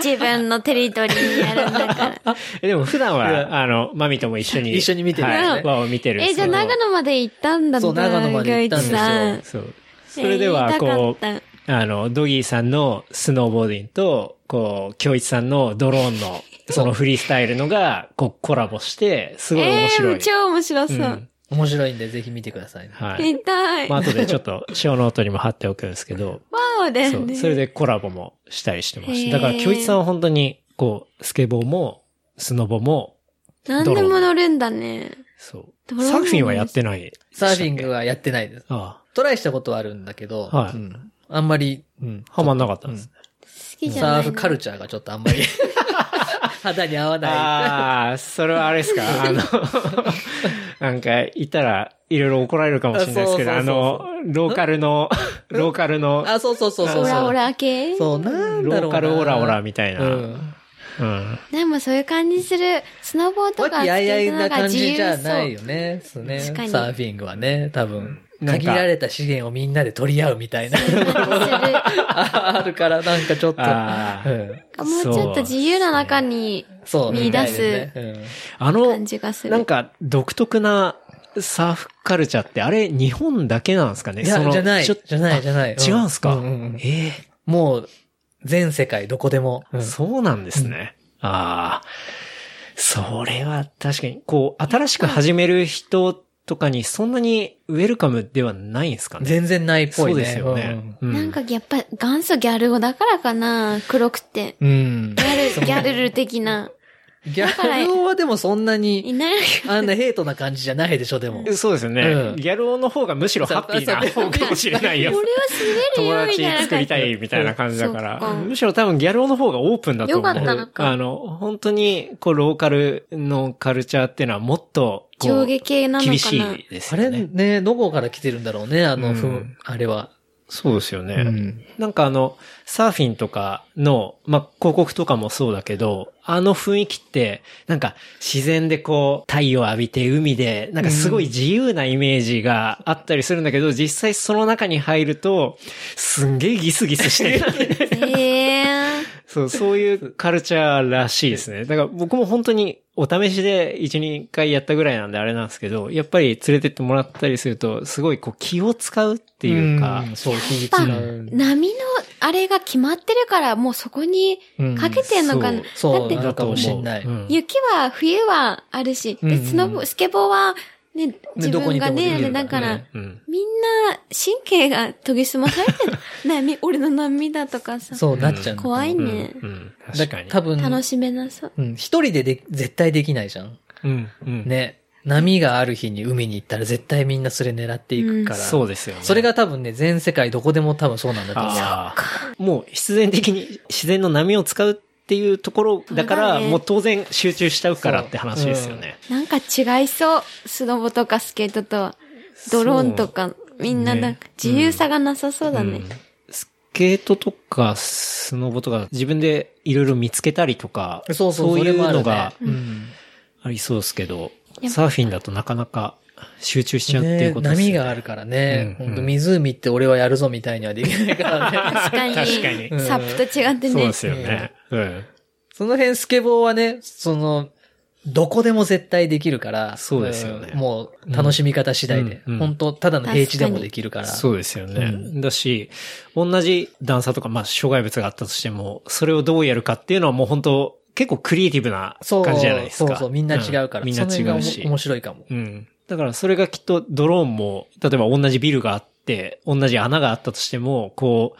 け。自分のテリトリーにやるんだから。
えでも普段
いや
は、あの、マミとも一緒に。
一緒に見てる
は
ね
い。輪を見てるんで
え、
す
じゃ
け
あ
ど。
長野まで行ったんだな
そう長野まで行ったんですよ
魚一さ
そう。それでは、こ
えー言いたかっ
う、あの、ドギーさんのスノーボーディングと、こう、京一さんのドローンの、そのフリースタイルのが、こう、コラボして、すごい面
え
白い。
ー、超面白そう。
うん
面白いんで、ぜひ見てくださいね。
はい。
見たい。
まあ、
ワ
後でちょっと、小ノートにも貼っておくんですけ ど、
オだ
そ
よ
う。
ね。
それでコラボもしたりしてまし
へー
た。だから、京一さんは本当に、こう、スケボーも、スノボも、
何でも乗るんだね。
そう。
ドローン
サーフィンはやってないでした
サ
っけ。
ーフィングはやってないです。
あ
トライしたことはあるんだけど、
はい
うんあんまり、うん
あ、はまんなかったんですね。
好きじゃ
サ
な
ー
い。
フカルチャーがちょっとあ んまり、肌に合わない。
ああ、それはあれですか、あの、なんか、いたら、いろいろ怒られるかもしれないですけど、
あ
あ
そう
の
そう、
ローカルの、ローカルの、
あ、そうそうそうそう。
オラオラ系
そう、なん
ロ
だろうな。
ーカルオラオラみたいな。
う
うん
ん。
でもそういう感じする。スノボーと
和
か
気あいあい
スケート
な
の方が
感
自
じ
由
じゃ
そ
ないよ
う。
ね。そうね。サ
確かに
ーフィングはね、多分。
なんか
限られた資源をみんなで取り合うみた いな。 ああるから、なんかちょっと。
あ
う
ー
ん
もうちょっと自由な中に
そう。み
見出す
たいですね
あの
感、じがする。
なんか、独特なサーフカルチャーって、あれ、日本だけなんですか
う
ね
んいや、
の
じゃない。
ちょっと
じゃない、じゃない。
違うんすか、
うんうんうん
え
もう、全世界どこでも。
え
うん
そうなんですね。ああ。それは確かに、こう、新しく始める人とかにそんなにウェルカムではないんですかね。
全然ないっぽ
そ
いうね。
ですよね。う
なんかやっぱ元祖ギャル語だからかな。黒くて。
うん。うん
ギ。ャル、ギャルル的な。
ギャル男はでもそんないに、
ない。
あんなヘイトな感じじゃないでしょ、でも。
そうですよね、
うん
ギャル男の方がむしろハッピーな
そう
方かもしれないよ
俺。は滑
友
る
達
よ、みたいな感じ。
作りたいみたいな感じだか
そ
ら。
っか
むしろ多分ギャル男の方がオープンだと思う。
よかったのか
あの、本当に、こう、ローカルのカルチャーっていうのはもっと、こ
上
う、
下系なのかな。
厳しいです
あ
よ
れ
ね。
ね、どこから来てるんだろうね、あの、ふ
うんん、
あれは。
そうですよね。
うん。
なんかあの、サーフィンとかの、まあ、広告とかもそうだけど、あの雰囲気って、なんか自然でこう、太陽浴びて海で、なんかすごい自由なイメージがあったりするんだけど、実際その中に入ると、すんげえギスギスしてる。
へえ。
そう、そういうカルチャーらしいですね。だから僕も本当にお試しで1、2回やったぐらいなんであれなんですけど、やっぱり連れてってもらったりすると、すごいこう気を使うっていうか、
んそう、比率
やっぱ
が。
波のあれが決まってるから、もうそこにかけてんのかな。
そう
だって
そうなのかもしんない。
うん
雪は冬はあるし、
うんう
で、
ん
スノボ、スケボーはね、自
どこ
分
にで
が
もできる
ね、あ
か
れ
ら
だから、
ね
うん
みんな神経が研ぎ澄まされてる。波、俺の涙とかさ、
そう、なっちゃうの。
怖いね。
うんうん、
だ
確かに。
多分、
楽しめなそう。
うん一人でで絶対できないじゃん。
うん、うん。
ね。波がある日に海に行ったら絶対みんなそれ狙っていくから。
そうですよね。
それ、が多分ね、全世界どこでも多分そうなんだと思う。
ああ。もう必然的に自然の波を使うっていうところだか
そう
ら、
だね
もう当然集中しちゃうからって話ですよね。
なんか違いそう。スノボとかスケートとは。ドローンとか、みんななんか自由さがなさそうだ
う
ね。
んスケートとか、スノボとか、自分でいろいろ見つけたりとか、
そうそう、
い
れもあ
う
る
の
ね
が
うん
ありそうですけど、
や
サーフィンだとなかなか集中しちゃうってい
ね
うことです
波
よね
があるからね。
うん
ほんと湖って俺はやるぞみたいにはできないから ね。
確かに。
確かに
サップと違ってね。
そうですよね。うん。
その辺スケボーはね、その、どこでも絶対できるから。
そうですよね
うんもう楽しみ方次第で。
うんうん
本当ただの平地でもできるから。
そうですよね。
うん
だし、同じ段差とか、まあ、障害物があったとしても、それをどうやるかっていうのはもう本当、結構クリエイティブな
そう
感じじゃないですか。
そうそう、みんな違うから。
んみんな違う
その辺
し
が。面白いかも。
うん。だからそれがきっとドローンも、例えば同じビルがあって、同じ穴があったとしても、こう、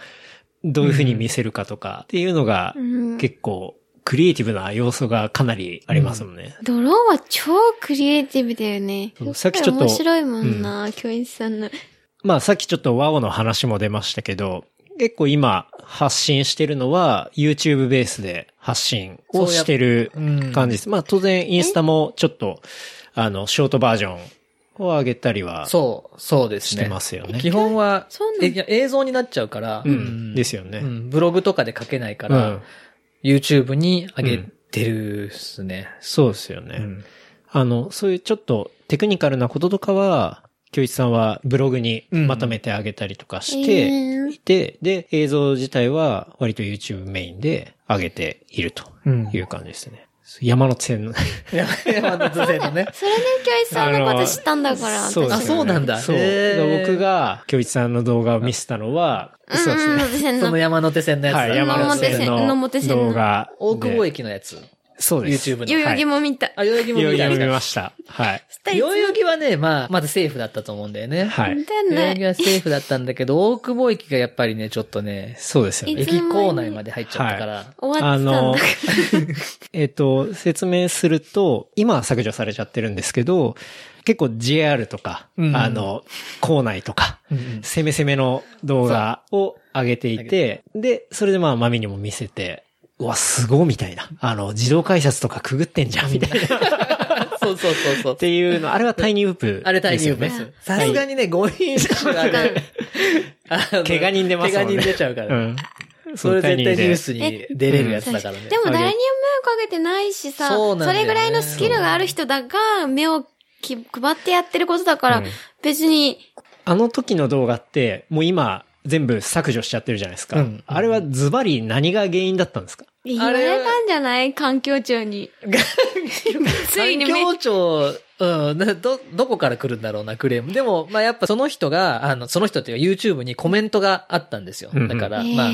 どういうふうに見せるかとかっていうのが、
うん
結構、クリエイティブな要素がかなりありますもんね。
ドローンは超クリエイティブだよね
そう。さっきちょっと
面白いもんな、教員さんの。
まあさっきちょっとワオの話も出ましたけど、結構今発信してるのは YouTube ベースで発信をしてる
うん
感じです。まあ当然インスタもちょっと、あの、ショートバージョンを上げたりはし
そう、そうですね。
てますよね。
基本は
そうなん、だ
えいや映像になっちゃうから。
うん。ですよ
う
ね。
んブログとかで書けないか
う
ら、
ん。
YouTube に上げてるっすね。
そうですよね。
うん
あの、そういうちょっとテクニカルなこととかは、京一さんはブログにまとめてあげたりとかして、
えー
いて、で、映像自体は割と YouTube メインで上げているという感じですね。山手線の。
山の図のね。
それで教員さんのこと知ったんだから、私
ですよね
あそうなんだ
そう。
へー
僕が、京一さんの動画を見せたのは、そうで
うん
す
うん、
ね。
私の
その山手線のやつだ。
はい、
山
山
手
手
線
線
の
の動画で。
大久保駅のやつ。
そうです。
YouTube の。
代々木も見た。
あ、代々木も
いや
見
い
た
や
んで
見
す
ま
か
した。はい。
代々木はね、まあ、まだセーフだったと思うんだよね。
は
見
い。
たん
代
だ
々木はセーフだったんだけど、大久保駅がやっぱりね、ちょっとね、
そうですよ
い
ね。
つの間
駅
に
構内まで入っちゃったから。
終わ
あ
ってたん
の
だ。、
えっと、説明すると、今は削除されちゃってるんですけど、結構 JR とか、
うん
あの、校内とか、
うんうん
攻め攻めの動画を上げていて、で、それでまあ、マミにも見せて、うわ、すごいみたいな。あの、自動改札とかくぐってんじゃん、みたいな。
そうそうそうそう
っ。ていうの、あれはタイニーウープ、
あれタイニーウープで
です
す
よね。。
さすがにね、5人しか あれあの
怪我人出ますもんね
怪我人出ちゃうから。
うん。
それ
そう
絶対ニ
タイニーで
ュースに出れるやつだからね。
でも誰にも迷惑かけてないしさ、
そ
そう
なんだよね
れぐらいのスキルがある人だが、目をき配ってやってることだから、
うん
別に、
あの時の動画って、もう今、全部削除しちゃってるじゃないですか。
うん
あれはズバリ何が原因だったんですか
言われたんじゃない環境 中に。ついにめ
環境庁、うん、など、どこから来るんだろうな、クレーム。でも、まあやっぱその人が、あの、その人っていうか YouTube にコメントがあったんですよ。
うんうん
だから、
ええ
まあ、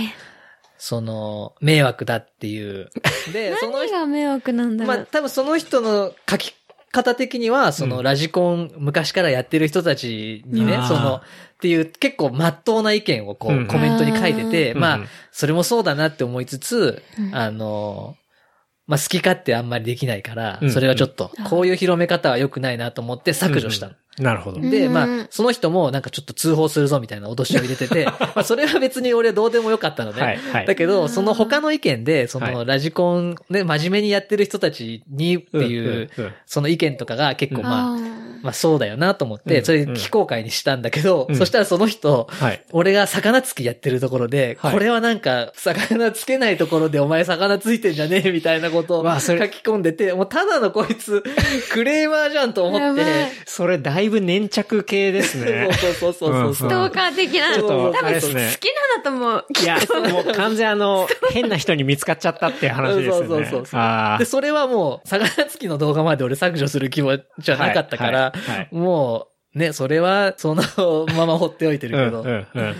その、迷惑だっていう。で、その
何
人、
が迷惑なんだろ
ま
う。
あ多分その人の書き方的には、そのラジコン、昔からやってる人たちにね
あ、ー
その、っていう結構真っ当な意見をこ
うん
う、コメントに書いてて、
うん
まあ、それもそうだなって思いつつ、
うん
あの、まあ、好き勝手あんまりできないから
うん、
それはちょっと
うん、
こういう広め方は良くないなと思って削除したの。
うんなるほど。
うん
で、
うん
まあ、その人もなんかちょっと通報するぞみたいな脅しを入れ てて、まあ、それは別に俺はどうでもよかったのね。
はい、は
だ
い。
け
う
ど、
ん
その他の意見で、そ
は
のラジコン、ね、真面目にやってる人たちにっていう、
ん。うん
その意見とかが結構まあ、
あ
まあそうだよなと思って、
うん
それ非公開にしたんだけど、
うん
そしたらその人、
はい。
俺が魚つきやってるところで、
はい
これはなんか、魚つけないところでお前魚ついてんじゃねえみ たいなことを
わあそ
書き
れ
込んでて、もうただのこい つ、クレーマーじゃんと思
や
っ
ばい
て、
それだいぶ粘着系ですね。
そうそうそうそうそう
ス
そう。
トーカー的な。
ちょっ
多
と、あれ
分
で
好
す
き
ね。
なんだと思う。
いや、もう完全あの、変な人に見つかっちゃったっていう話ですよね。
そうそうそうそう
あ
で、それはもう、魚つきの動画まで俺削除する気持ち
じ
はなかったから、
はいはいはい
もう、ね、それは、そのまま放っておいてるけど。
うんうんうん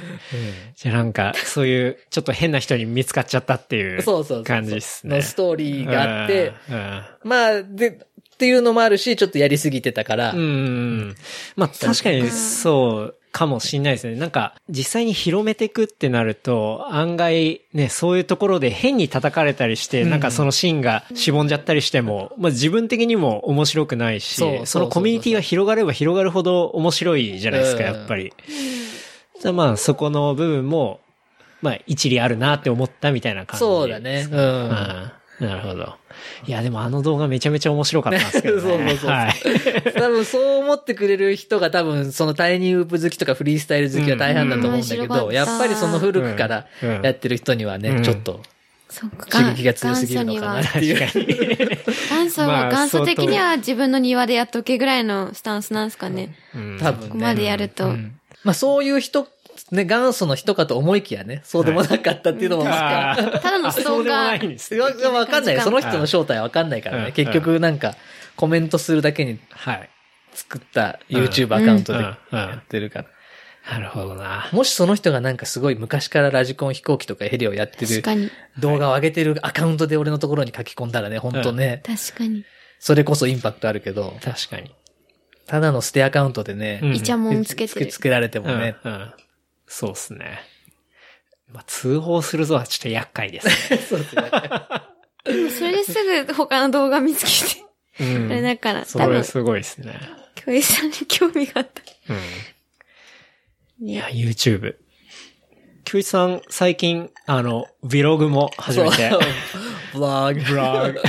じゃあなんか、そういう、ちょっと変な人に見つかっちゃったっていう
そうそうそう。
感じですね。
のストーリーがあって、
うん。うん
まあ、で、っていうのもあるし、ちょっとやりすぎてたから、
うんうん。まあ確かにそうかもしんないですね。なんか実際に広めていくってなると案外ね、そういうところで変に叩かれたりして、
うん
なんかそのシーンがしぼんじゃったりしても、まあ自分的にも面白くないし
そうそうそうそ、う
そのコミュニティが広がれば広がるほど面白いじゃないですか、
うん
やっぱり。じゃあまあそこの部分も、まあ一理あるなって思ったみたいな感じ。
そうだ。ね。うん。
うん。なるほど。いやでもあの動画めちゃめちゃ面白かったんですけどね。
そうそうそうそう
はい。
多分そう思ってくれる人が多分そのタイニーウープ好きとかフリースタイル好きは大半だと思うんだ
う
け
ん面白かっ
ど、
た
やっぱりその古くから
うん
やってる人にはね、
うん
ちょっと
そっか。
刺激が強すぎるのかなっていう。
元祖
まあ
は元祖
相
的
当
には自分の庭でやっとけぐらいのスタンスなんですかね。
うん
多分ね。
ここまでやる
う
と。
んまあそういう人、ね、元祖の人かと思いきやね、そうでもなかったっていうのも、
あー
ただのス
そ
トーカー
うでもないんです
いやいやわかんない。その人の正体はわかんないからね。
うん
結局なんか、コメントするだけに
はい。
作った YouTube アカウントで
うんうん
やってるから。
なるほどな。
もしその人がなんかすごい昔からラジコン飛行機とかヘリをやって
確
る
かに。
動画を上げてるアカウントで俺のところに書き込んだらね、ほんとね、
確かに。
それこそインパクトあるけど、
確かに。た
ただの捨てアカウントでね、
うん
イチャモンつけて
付
る
け。付けられても
うん
ね、
うんそうっすね。まあ、通報するぞはちょっと厄介 ですね。
それですぐ他の動画見つけて。
う
あれ
ん。
だから、
それ
多分、
すごいですね。
教員さんに興味があ った。
うん。いや、
ね
YouTube。きゅういちさん、最近、あの、Vlog も始めて
そう。ブログ。ブログ。
え、
ブログ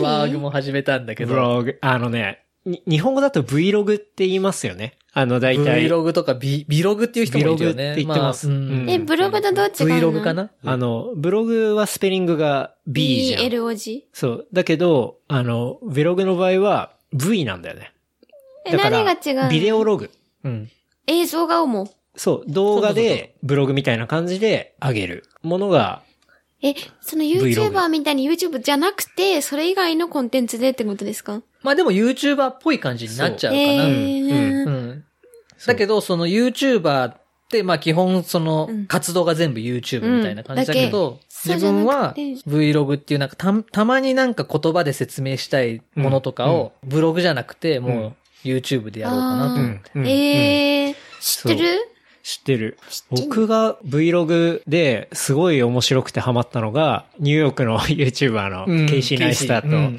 何
も始めたんだけど、
Vlog、あのね、に日本語だと Vlog って言いますよね。あの、大体。
Vlog とかビ、ビログっていう人もいるよね。
ビログって言ってます
あ
うん
え、ブログとどっちがある
Vlog かな
あの、ブログはスペリングが B じゃん。
?BLOG?
そう。だけど、あの、ベログの場合は V なんだよね。
え、
だから
何が違うの
ビデオログ。
うん。
映像が主。
そう。動画
そうそうそう
でブログみたいな感じで上げるものが、
え、その YouTuber みたいに YouTube じゃなくて、それ以外のコンテンツでってことですか
まあでも YouTuber っぽい感じになっちゃうか
え
な。
ー
う、ん。だけど、その YouTuber って、まあ基本その
うん
活動が全部 YouTube みたいな感じだけど、
うんだ
自
け
分は
そうじゃなく
Vlog っていうなんかた、たまになんか言葉で説明したいものとかを、ブログじゃなくて、もう YouTube でやろうかなと。
うん
うん
えー、知ってる
知ってる。
ってる
僕が Vlog ですごい面白くてハマったのが、ニューヨークの YouTuber のケイシー・ナイスターと、
うん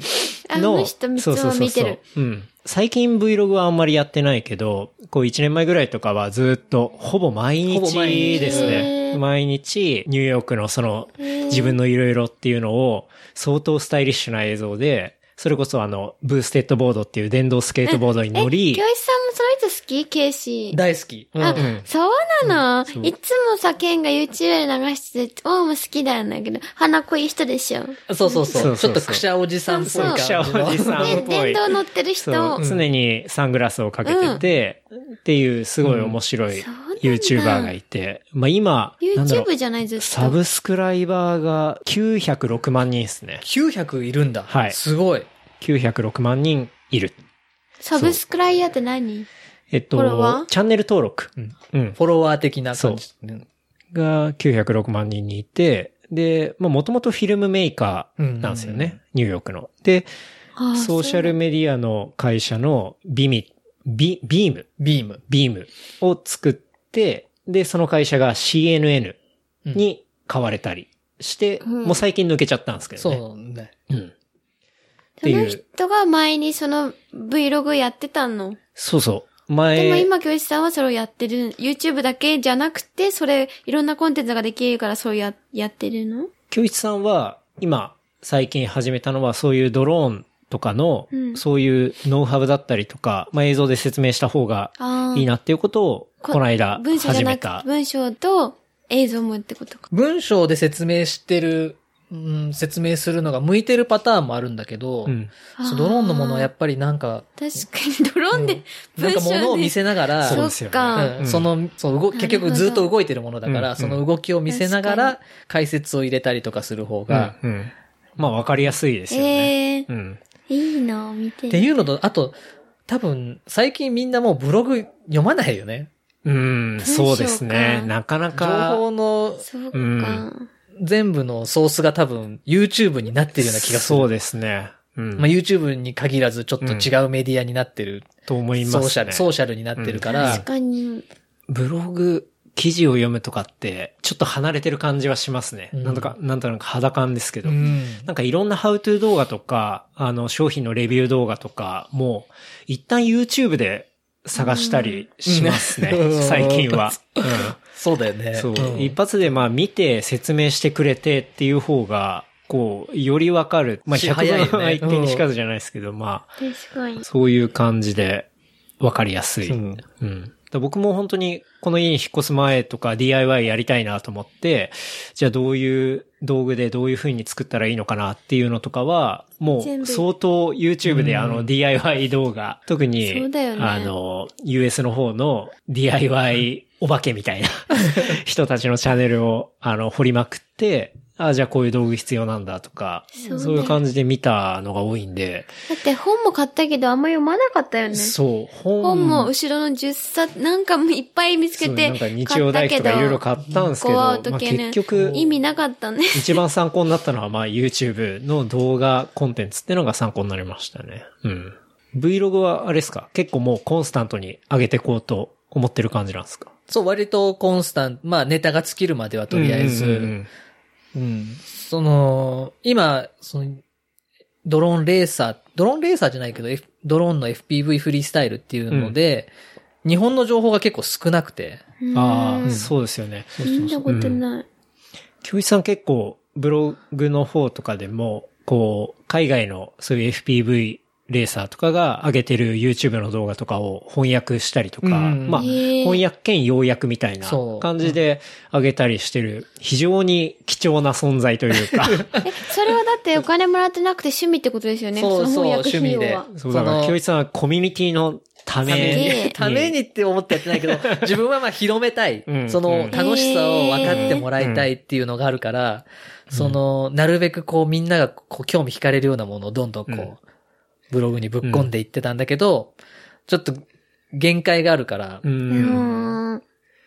あの人三つも見てる。。
うん。最近 Vlog はあんまりやってないけど、こう1年前ぐらいとかはずっと、ほぼ毎
ほぼ毎
日
日
です
へ
ね。
ー
毎日、ニューヨークのその、
へー
自分のいろいろっていうのを、相当スタイリッシュな映像で、それこそあの、ブーステッドボードっていう電動スケートボードに
え、
乗り
教、師さんもその人好きケイシー。
大好き。うん
あ
ん、
そうな
そう
のいつもさ、ケンが YouTube で流してて、オウも好きなんだけど、鼻濃い人でしょ。
そうそうそ
そう
う。ち
そ
ょ
うそう
っとくしゃおじさんっぽい
そう
感
く
じ
しゃ
の。
おじさん
で、
っぽ
電
い。
動乗ってる人。
そう、
うん
常にサングラスをかけてて、っていうすごい面白い
そうなんだ
YouTuber がいて、まあ今、なんだろう
YouTube じゃない、ずっと。
サブスクライバーが906万人ですね。
900いるんだ。
はい
すごい。
906万人いる。
サブスクライヤーって何
えっと
フォロワー、
チャンネル登録。
うん
うん。
フォロワー的な感じ。うん
が906万人にいて、で、まあもともとフィルムメーカーなんですよね。ニューヨークの。で、
あ
ソーシャルメディアの会社のビミ、ビ、ビーム、
ビーム。
ビームを作って、で、その会社が CNN
うん、
に買われたりして、
うん
もう最近抜けちゃったんですけどね。
そうね。
うん
そうなんだその人が前にその Vlog やってたの。
そうそう。前、
でも今、教師さんはそれをやってる。YouTube だけじゃなくて、それ、いろんなコンテンツができるから、そうや、やってるの
教一さんは、今、最近始めたのは、そういうドローンとかの、
うん
そういうノウハウだったりとか、まあ、映像で説明した方が
ああ。
いいなっていうことを、
こ
この間、
文章じゃ
始
な
め
く
た。
文章と映像もってことか。
文章で説明してる、うん、説明するのが向いてるパターンもあるんだけど、
うん。
そうドローンのものはや
っ
っぱりなんか、
ぱ。確かに、ドローンで、
なんか物を見せながら、
そう
そ
で
っ
すよね
か。
うん
うん
その、その動
なるほど
結局ずっと動いてるものだか
う
ら、
ん
その動きを見せなが
確
ら解説を入れたりとかする方が、
うんうんまあ、わかりやすいですよね。
ええー
うん。
いいな、見てる。
っていうのと、あと、多分、最近みんなもうブログ読まないよね。
うん、そうです
文章
ね。
か
なかな
情
か。
報の
そう
う
か
ん。
全部のソースが多分 YouTube になってるような気がする。
そうですね。うん。
まあ、YouTube に限らずちょっと違うメディアになってる。
と思います
ソ
ね。
ーシャル、ソーシャルになってるから、
確かに。
ブログ、記事を読むとかって、ちょっと離れてる感じはしますね。
うん
なんとか、なんとなく肌感ですけど。
うん
なんかいろんなハウトゥー動画とか、あの、商品のレビュー動画とか、もう、一旦 YouTube で探したりしますね。
うん
最近は。
そうだよね。
そう。
ん
一発でまあ見て説明してくれてっていう方が、こう、よりわかる。まあ、
し早いよ
100
ね
分は一点にしかずじゃないですけど、まあ、
確かに。
そういう感じで、わかりやすい。
うん
うん。だから僕も本当にこの家に引っ越す前とか DIY やりたいなと思って、じゃあどういう道具でどういう風に作ったらいいのかなっていうのとかは、も
全部
う相当 YouTube であ
う
の
ん
DIY 動画、特に、
そうだよね
あの、US の方の DIY お化けみた いな人たちのチャンネルをあの掘りまくって、あじゃあこういう道具必要なんだとか、
そうね
そういう感じで見たのが多いんで、
だって本も買ったけどあんま読まなかったよね。
そう、本
本も後ろの10冊、なんかもういっぱい見つけ
そう
て
なんか日
買っ
曜
た
大
け
工とかいろいろ
ど、
買ったんですけど、
ゴー
ま
ア
あ
ウト系ね
結局、
意味なかったね。
一番参考になったのは、まあ YouTube の動画コンテンツってのが参考になりましたね。うん。Vlog はあれですか結構もうコンスタントに上げていこうと思ってる感じなんですか
そう、割とコンスタント、まあネタが尽きるまではとりあえず、
う
うんん
うんうん
その、今、その、ドローンレーサー、ドローンレーサーじゃないけど、F- ドローンの FPV フリースタイルっていうので、日本の情報が結構少なくて、
あ
う
あ、
ん
そうですよね。
見たことない。
教一さん結構ブログの方とかでも、こう、海外のそういう FPV レーサーとかが上げてる YouTube の動画とかを翻訳したりとか、
うん
まあ、
へえ
翻訳兼要約みたいな
そう
感じで上げたりしてる、非常に貴重な存在という か、
え、それはだってお金もらってなくて趣味ってことですよね。
そう
の
そう
翻訳費用は
趣味
そうだから
その
教一さんはコミュニティのた
ため
め
え
に、ためにって思ってやってないけど、自分はまあ広めたい。
うん
そうの
ん
楽しさを分かってもらいたいっていうのがあるから、その、なるべくこうみんながこう興味惹かれるようなものをどんどんこう、
うん
ブログにぶっ込んでいってたんだけど、ちょっと限界があるから、
う。
うんん。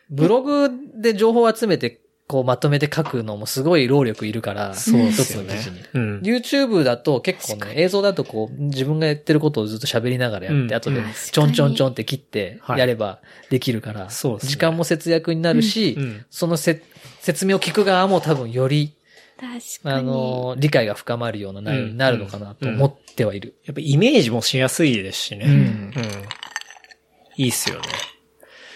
ブログで情報を集めて、こうまとめて書くのもすごい労力いるから、
そうで
一
す
つ
よ
の記
ね
事に。。
うん。
YouTube だと結構ね、映像だとこう、自分がやってることをずっと喋りながらやって、
うん
後で
うん
確かに
ちょんちょんちょんって切って
はい
やればできるから、
そうですね
時間も節約になるし、
うん
そのせ説明を聞く側も多分より、
確かに。
あの、理解が深まるような内容になるのかなと思ってはいる。
やっぱイメージもしやすいですしね。
うん
うん。いいっすよね。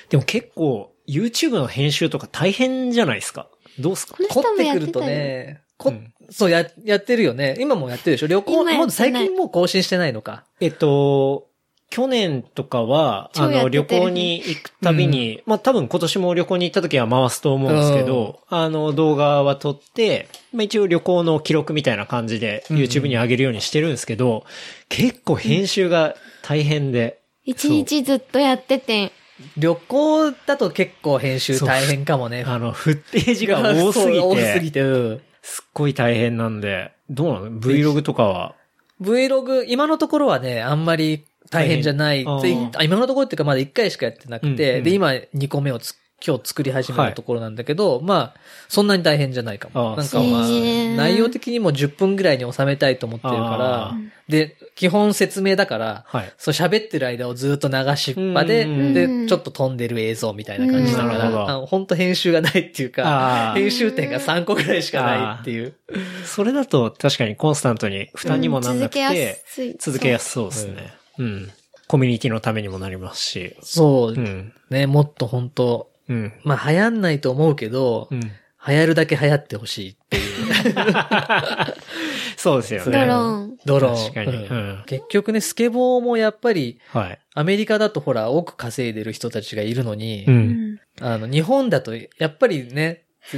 でも結構、YouTube の編集とか大変じゃないですか。どうっすか
こ
凝
の人
っ
も
て
やっ
く
て
ると
たよ。
ね、こ
うん
そう、や、やってるよね。今もやってるでしょ旅行、
今やってない
もう最近もう更新してないのか。
えっと、去年とかは、
超
あ
や
の、
って
旅
て
行に行くたびに、まあ多分今年も旅行に行った時は回すと思うんですけど、あの、動画は撮って、まあ一応旅行の記録みたいな感じで
うん
YouTube に上げるようにしてるんですけど、結構編集が大変で、
一日ずっとやってて、
旅行だと結構編集大変かもね。
あの、フッテージが多す ぎ
そう多す
て、
ぎて、うん。
すっごい大変なんで、どうなの ?Vlog とかは。
Vlog、今のところはね、あんまり大変じゃない。
大
で
変あー
あ今のところっていうかまだ1回しかやってなくて、
うんうん
で、今2個目をつ今日作り始めたところなんだけど、まあ、そんなに大変じゃないか
あ
も。
ー
なんかまあ
そうですね、
内容的にも10分ぐらいに収めたいと思ってる
あ
か
ー
ら、で、基本説明だから、
はい。
そう喋ってる間をずっと流しっぱで、
うん
で、ちょっと飛んでる映像みたいな感じだか
うんなるほど
ら、本当編集がないっていうか、
ああ、
編集点が3個ぐらいしかないっていう。
それだと確かにコンスタントに負担にもなんなくて、
うん続けやすい。
続けやすそうですね。うん。コミュニティのためにもなりますし。。
そううんね、もっと本当
うん。
まあ流行んないと思うけど、
うん。
流行るだけ流行ってほしいっていう。
そうですよ
そうドロ
ね。
ーン。
ドロー
確
ン。
かに。
う
うんん。
結局ね、スケボーもやっぱり、
はい。
アメリカだとほら、多く稼いでる人たちがいるのに、
うん
うん
あの、日本だと、やっぱりね、つ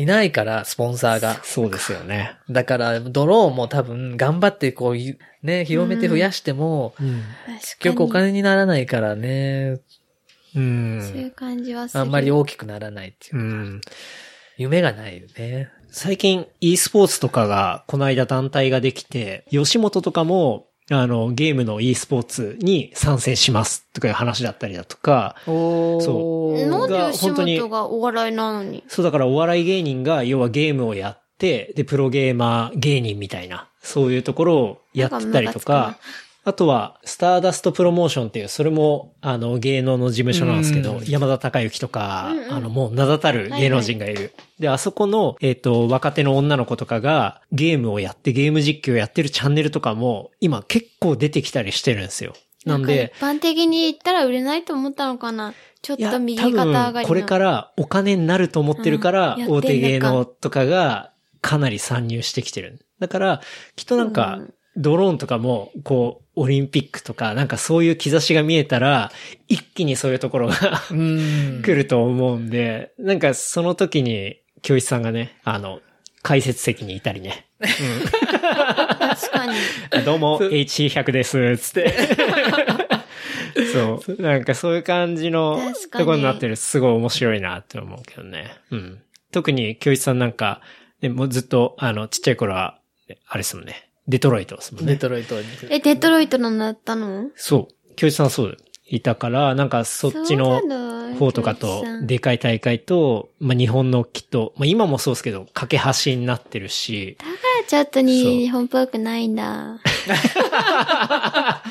いないから、スポンサーが。
そうですよね。
だから、ドローンも多分、頑張ってこうい、ね、広めて増やしても、
うん。
確
結局お
かに。
金にならないからね、
う。
そういうん感じはする。
あんまり大きくならないっていうう。
ん。
夢がないよね。
最近 e スポーツとかが、この間団体ができて、吉本とかも、あの、ゲームの e スポーツに参戦しますとかいう話だったりだとか、
お
そ
なんで
が
吉
本当に
本がお笑いなのに。
そうだからお笑い芸人が要はゲームをやって、で、プロゲーマー芸人みたいな、そういうところをやってたりと
なんかムカ
か、あとは、スターダストプロモーションっていう、それも、あの、芸能の事務所なんですけど、
うん
山田孝之とか、
うんうん
あの、もう名だたる芸能人がいる。で、あそこの、えっ、と、若手の女の子とかが、ゲームをやって、ゲーム実況やってるチャンネルとかも、今結構出てきたりしてるんですよ。なんで、
か一般的に言ったら売れないと思ったのかな。ちょっ
いや
と右肩上
多
が
分
り。
これかららお金になると思ってるから、
うんやってんのか
大手芸能とかがかなり参入してきてる。だから、きっとなんか
うん、
ドローンとかも、こう、オリンピックとか、なんかそういう兆しが見えたら、一気にそういうところが
う。うん。
来ると思うんで、なんかその時に、教室さんがね、あの、解説席にいたりね。
確か に。
どうも、
そう
HC100 です、つ って。そう。なんかそういう感じの
確か
と
に
ころになってる。すごい面白いなって思うけどね。うん。特に教一さんなんか、ね、もうずっと、あの、ちっちゃい頃は、あれですもんね。デトロイトですもん
デ
ね。
トロイトに。
え、デトロイトなんだったの
そう。教一さんそう。いたから、なんかそっちの方とかと、でかい大会と、まあ、日本のきっと、まあ、今もそうですけど、架け橋になってるし、
ちょっと日本っぽくないんだ。
あ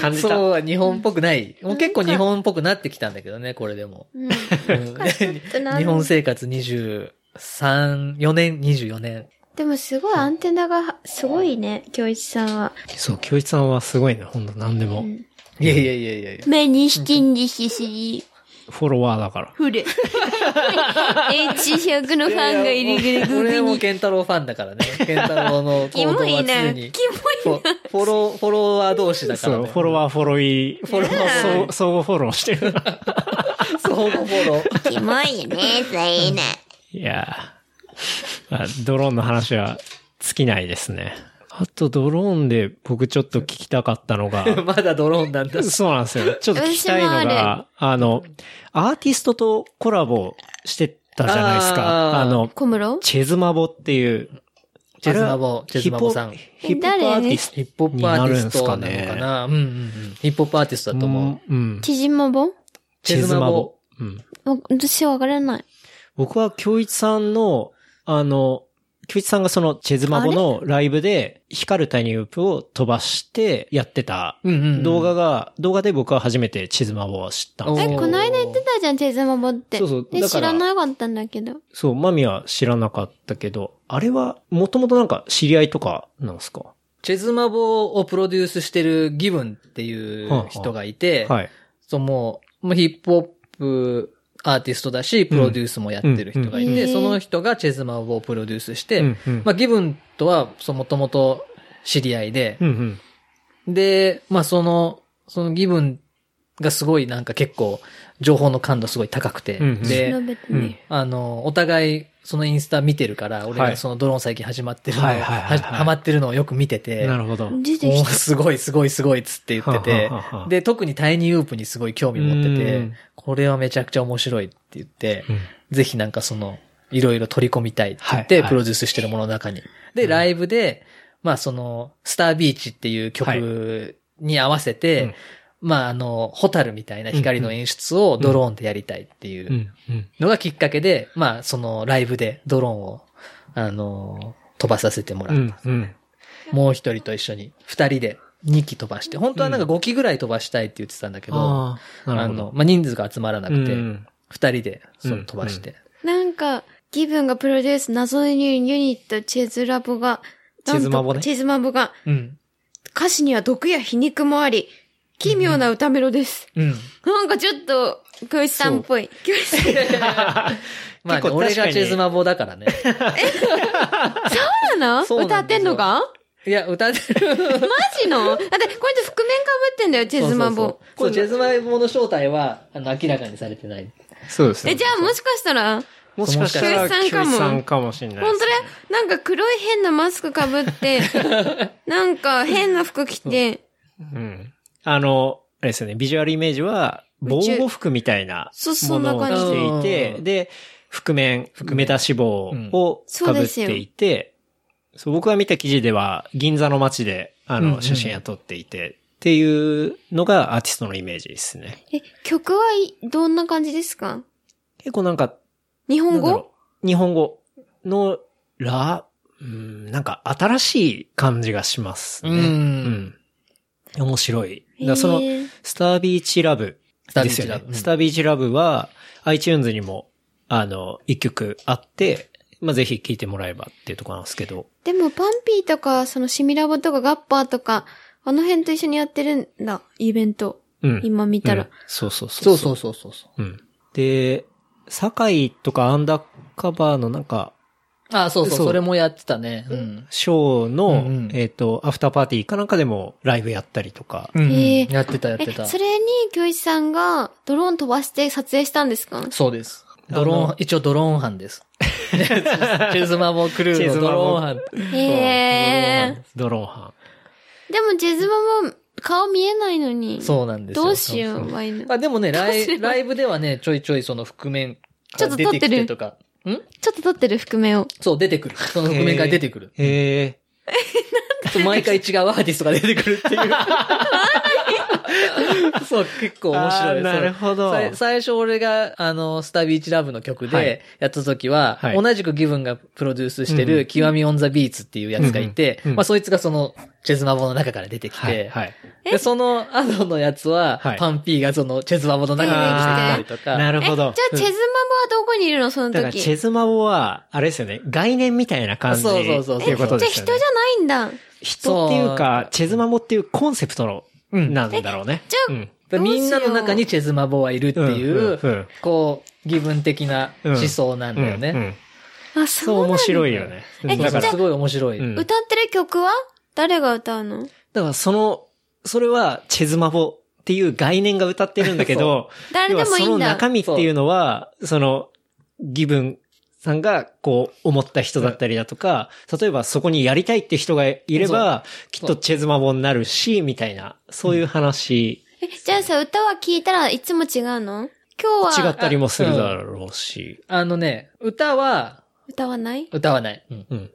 感じた。
そう、日本っぽくない。もう結構日本っぽくなってきたんだけどね、これでも。
うん
うん
かちょっとなん
日本生活23、4年、24年。
でもすごいアンテナがすごいね、京一さんは。
そう、教一さんはすごいね、ほんと何でも。
いやいやいやいやいや。
目に引きしすぎ、
フォロワーだから。
フル。H100 のファンがいるぐらいグ
俺
ビ
も
に。
ケンタロウファンだからね。ケンタロウの
キ
行動
モ
は常
いな。
に。
キ
フ
モい
ォフォロー、フォロワー同士だか
そ
ら
う、
ね。
フォロワー、フォロイ、フ
ォロワー
ー、相互フォローして る。
ー。相互フォロー。
な。キモいね、そういうの。
いやー、まあ、ドローンの話は尽きないですね。あと、ドローンで僕ちょっと聞きたかったの が、
まだドローンなんだ。
そうなんですよ。ちょっと聞きたいの
私も
が、あの、アーティストとコラボしてたじゃないですか。
あー
あの、
小室
チェズマボっていう、
チェズマボ、チェズマボさん。
ヒ
ヒ
ップホップアーティスト
ップホップアーティストな
に
の
なるんすか
か
ね
な。うんうんうん。ヒップホップアーティストだと思う。
うんうん。
縮まぼ
チェズマボ。
うん。
私わからない。
僕は京一さんの、あの、京一さんがそのチェズマボのライブで光るタイニーウープを飛ばしてやってた
うんうんうん
動画が、動画で僕は初めてチェズマボを知ったんです
え、
け
おー
ど、
こないだ言ってたじゃん、チェズマボって。
そうそう
で、
だか
知
ら
らなかったんだけど。
そう、マミは知らなかったけど、あれはもともとなんか知り合いとかなんですか
チェズマボをプロデュースしてるギブンっていう人がいて、
はい。
そうもう、もうヒップホップアーティストだし、プロデュースもやってる人がい
うん
て、
うん
その人がチェズマブをプロデュースして、
うんうん
まあ、ギブンとは、そう、もともと知り合いで
う、んうん。
で、まあ、その、そのギブンがすごいなんか結構、情報の感度すごい高くて、
うんうん
で、
調べて
うん
ね。
あの、お互い、そのインスタ見てるから、俺
はい
がそのドローン最近始まってるのを、
はいはいはいはい
はハマってるのをよく見てて、
なるほど。
出て
も
き
うすごいすごいすごいっつって言ってて
はあはあはあ、
で、特にタイニーウープにすごい興味持って
う
て
ん、
これはめちゃくちゃ面白いって言って
う、ん
ぜひなんかその、いろいろ取り込みたいって言っ
はい
て、
はい
プロデュースしてるものの中に。で、ライブで、まあその、スタービーチっていう曲に合わせ
はいう
て
ん、
まああの、ホタルみたいな光の演出をドローンでやりたいっていううん
うん。
のがきっかけで、まあそのライブでドローンを、あの、飛ばさせてもら
う
った
んうん。
もう一人と一緒に、二人で2機飛ばして、本当はなんか5機ぐらい飛ばしたいって言ってたんだけど、あ
ああ、なるほ
の
ど、。
まあ、人数が集まらなく
う
て、
ん
二人で、その飛ばして。
なんか、ギブンがプロデュース謎のユニット、チェズラボが、なん
チェ
と
ズマボね
チェズマボが、
うん。
歌詞には毒や皮肉もあり、奇妙な歌メロです。
うん。
なんかちょっと、教師さんっぽい。 教師さん
まあ、
結構
俺
確か
が
に
チェズマボだからね。
そうなの
そうなんですよ
歌ってんのか
いや、歌ってる。
マジのだって、こうやって覆面かぶってんだよ、チェズマボ。
そうそうそうそうチェズマボの正体は、あの、明らかにされてない。
そうですね
え、じゃあもしかしたら、
もしかしたら、
教師さんかも
教師さんかもしれないです。
本当だよ。なんか黒い変なマスクか ぶって、なんか変な服着て、
うん。あの、あれですよね、ビジュアルイメージは、防護服みたいな
そうそ
も
んな
のを
感じ
着ていて、
うん
で、覆面、メタ脂肪をかぶっていて、そう僕が見た記事では、銀座の街で、あ
うんう
の、
ん
写真を撮っていて、っていうのがアーティストのイメージですね。
え、曲はいどんな感じですか
結構なんか、
日本
なんだ
語
ろう日本語のラ、うん、なんか新しい感じがしますね。
うん
うん面白い。だからその
へ、ー
スタービーチラブ
スター
で
ビ
す
ーチ
よ
ラ
ね
ブ。。うん
スタービーチラブは、iTunes にも、あの、一曲あって、まあ、ぜひ聴いてもらえばっていうところなんですけど。
でも、パンピーとか、そのシミラボとかガッパーとか、あの辺と一緒にやってるんだ、イベント。
うん。
今見た
う
ら
ん。そうそうそう。
そうそうそうそうそう。
う。ん。で、堺とかアンダーカバーのなんか、
あ、そうそう、
そう
それもやってたね。うん。
ショーの、
うんうん
えっ、と、アフターパーティーかなんかでもライブやったりとか。
うん
へー
やってた、やっ
え
てた、。
それに、教一さんが、ドローン飛ばして撮影したんですか
そうです。ドロ
あ
ーン
の、
一応ドローン班です。チェズマボクルーのドローン班。
へえ。
ドローン班。
でも、ジェズマも、顔見えないのに。
そうなんですよ。
どうしよう、ワイン。ちょ
あ、でもね、ラ
どうすれ
イ
ば
ライブではね、ちょいちょいその覆面
ち
か
ょ
ら
っと
出
立
て
って
き
る
てとか。ん
っと撮ってる覆面を。
そう、出てくる。その覆面から出てくる。
へえ。
そう毎回違うアーティストが出てくるっていう。 そう、結構面白
あー
い。
なるほど
そうさい最初俺が、あの、スタービーチラブの曲
はい
でやった時は、
はい
同じくギブンがプロデュースして
うんう
る、
ん
極みオンザビーツっていうやつがいて、
うんうん
まあそいつがその、チェズマボの中から出てきて、
はい。はい。
で、その後のやつは、
はい
パンピーがその、チェズマボの中から出てきたりとか。
なる
え、じゃ
ほ
あ、チ
ど。
ェズマもはどこにいるの、その
だから、チ
時。
ェズマボは、あれですよね、概念みたいな感じ。
そうそうそうそう
っていうこと
じゃ
で
あ、
す
人
よ
じゃ
ね。
ないんだ。
人っていうか、チェズマボっていうコンセプトの、
うん
なんだろうね。
じゃ
う
あ
ん
でみんなの中にチェズマボはいるっていう、
うんうんうん
こう、義分的な思想なんだよね。
うんうんそう
あ、そうなんだ。
面白いよね。
え
だか
じゃ
ら
あ
す、ごい面白い。
うん
歌ってる曲は誰が歌うの
だからその、それはチェズマボっていう概念が歌ってるんだけど、
誰
要
で
は
もい
そ
い
の
んだ。
中身っていうのは、その、ギブンさんがこう思った人だったりだとか、例えばそこにやりたいって人がいれば、きっとチェズマボになるし、みたいな、そういう話、
え、じゃあさ、歌は聴いたらいつも違うの今日
違
は
ったりもするだろうし。
あのね、歌は
歌わない
歌わない。うん
うん。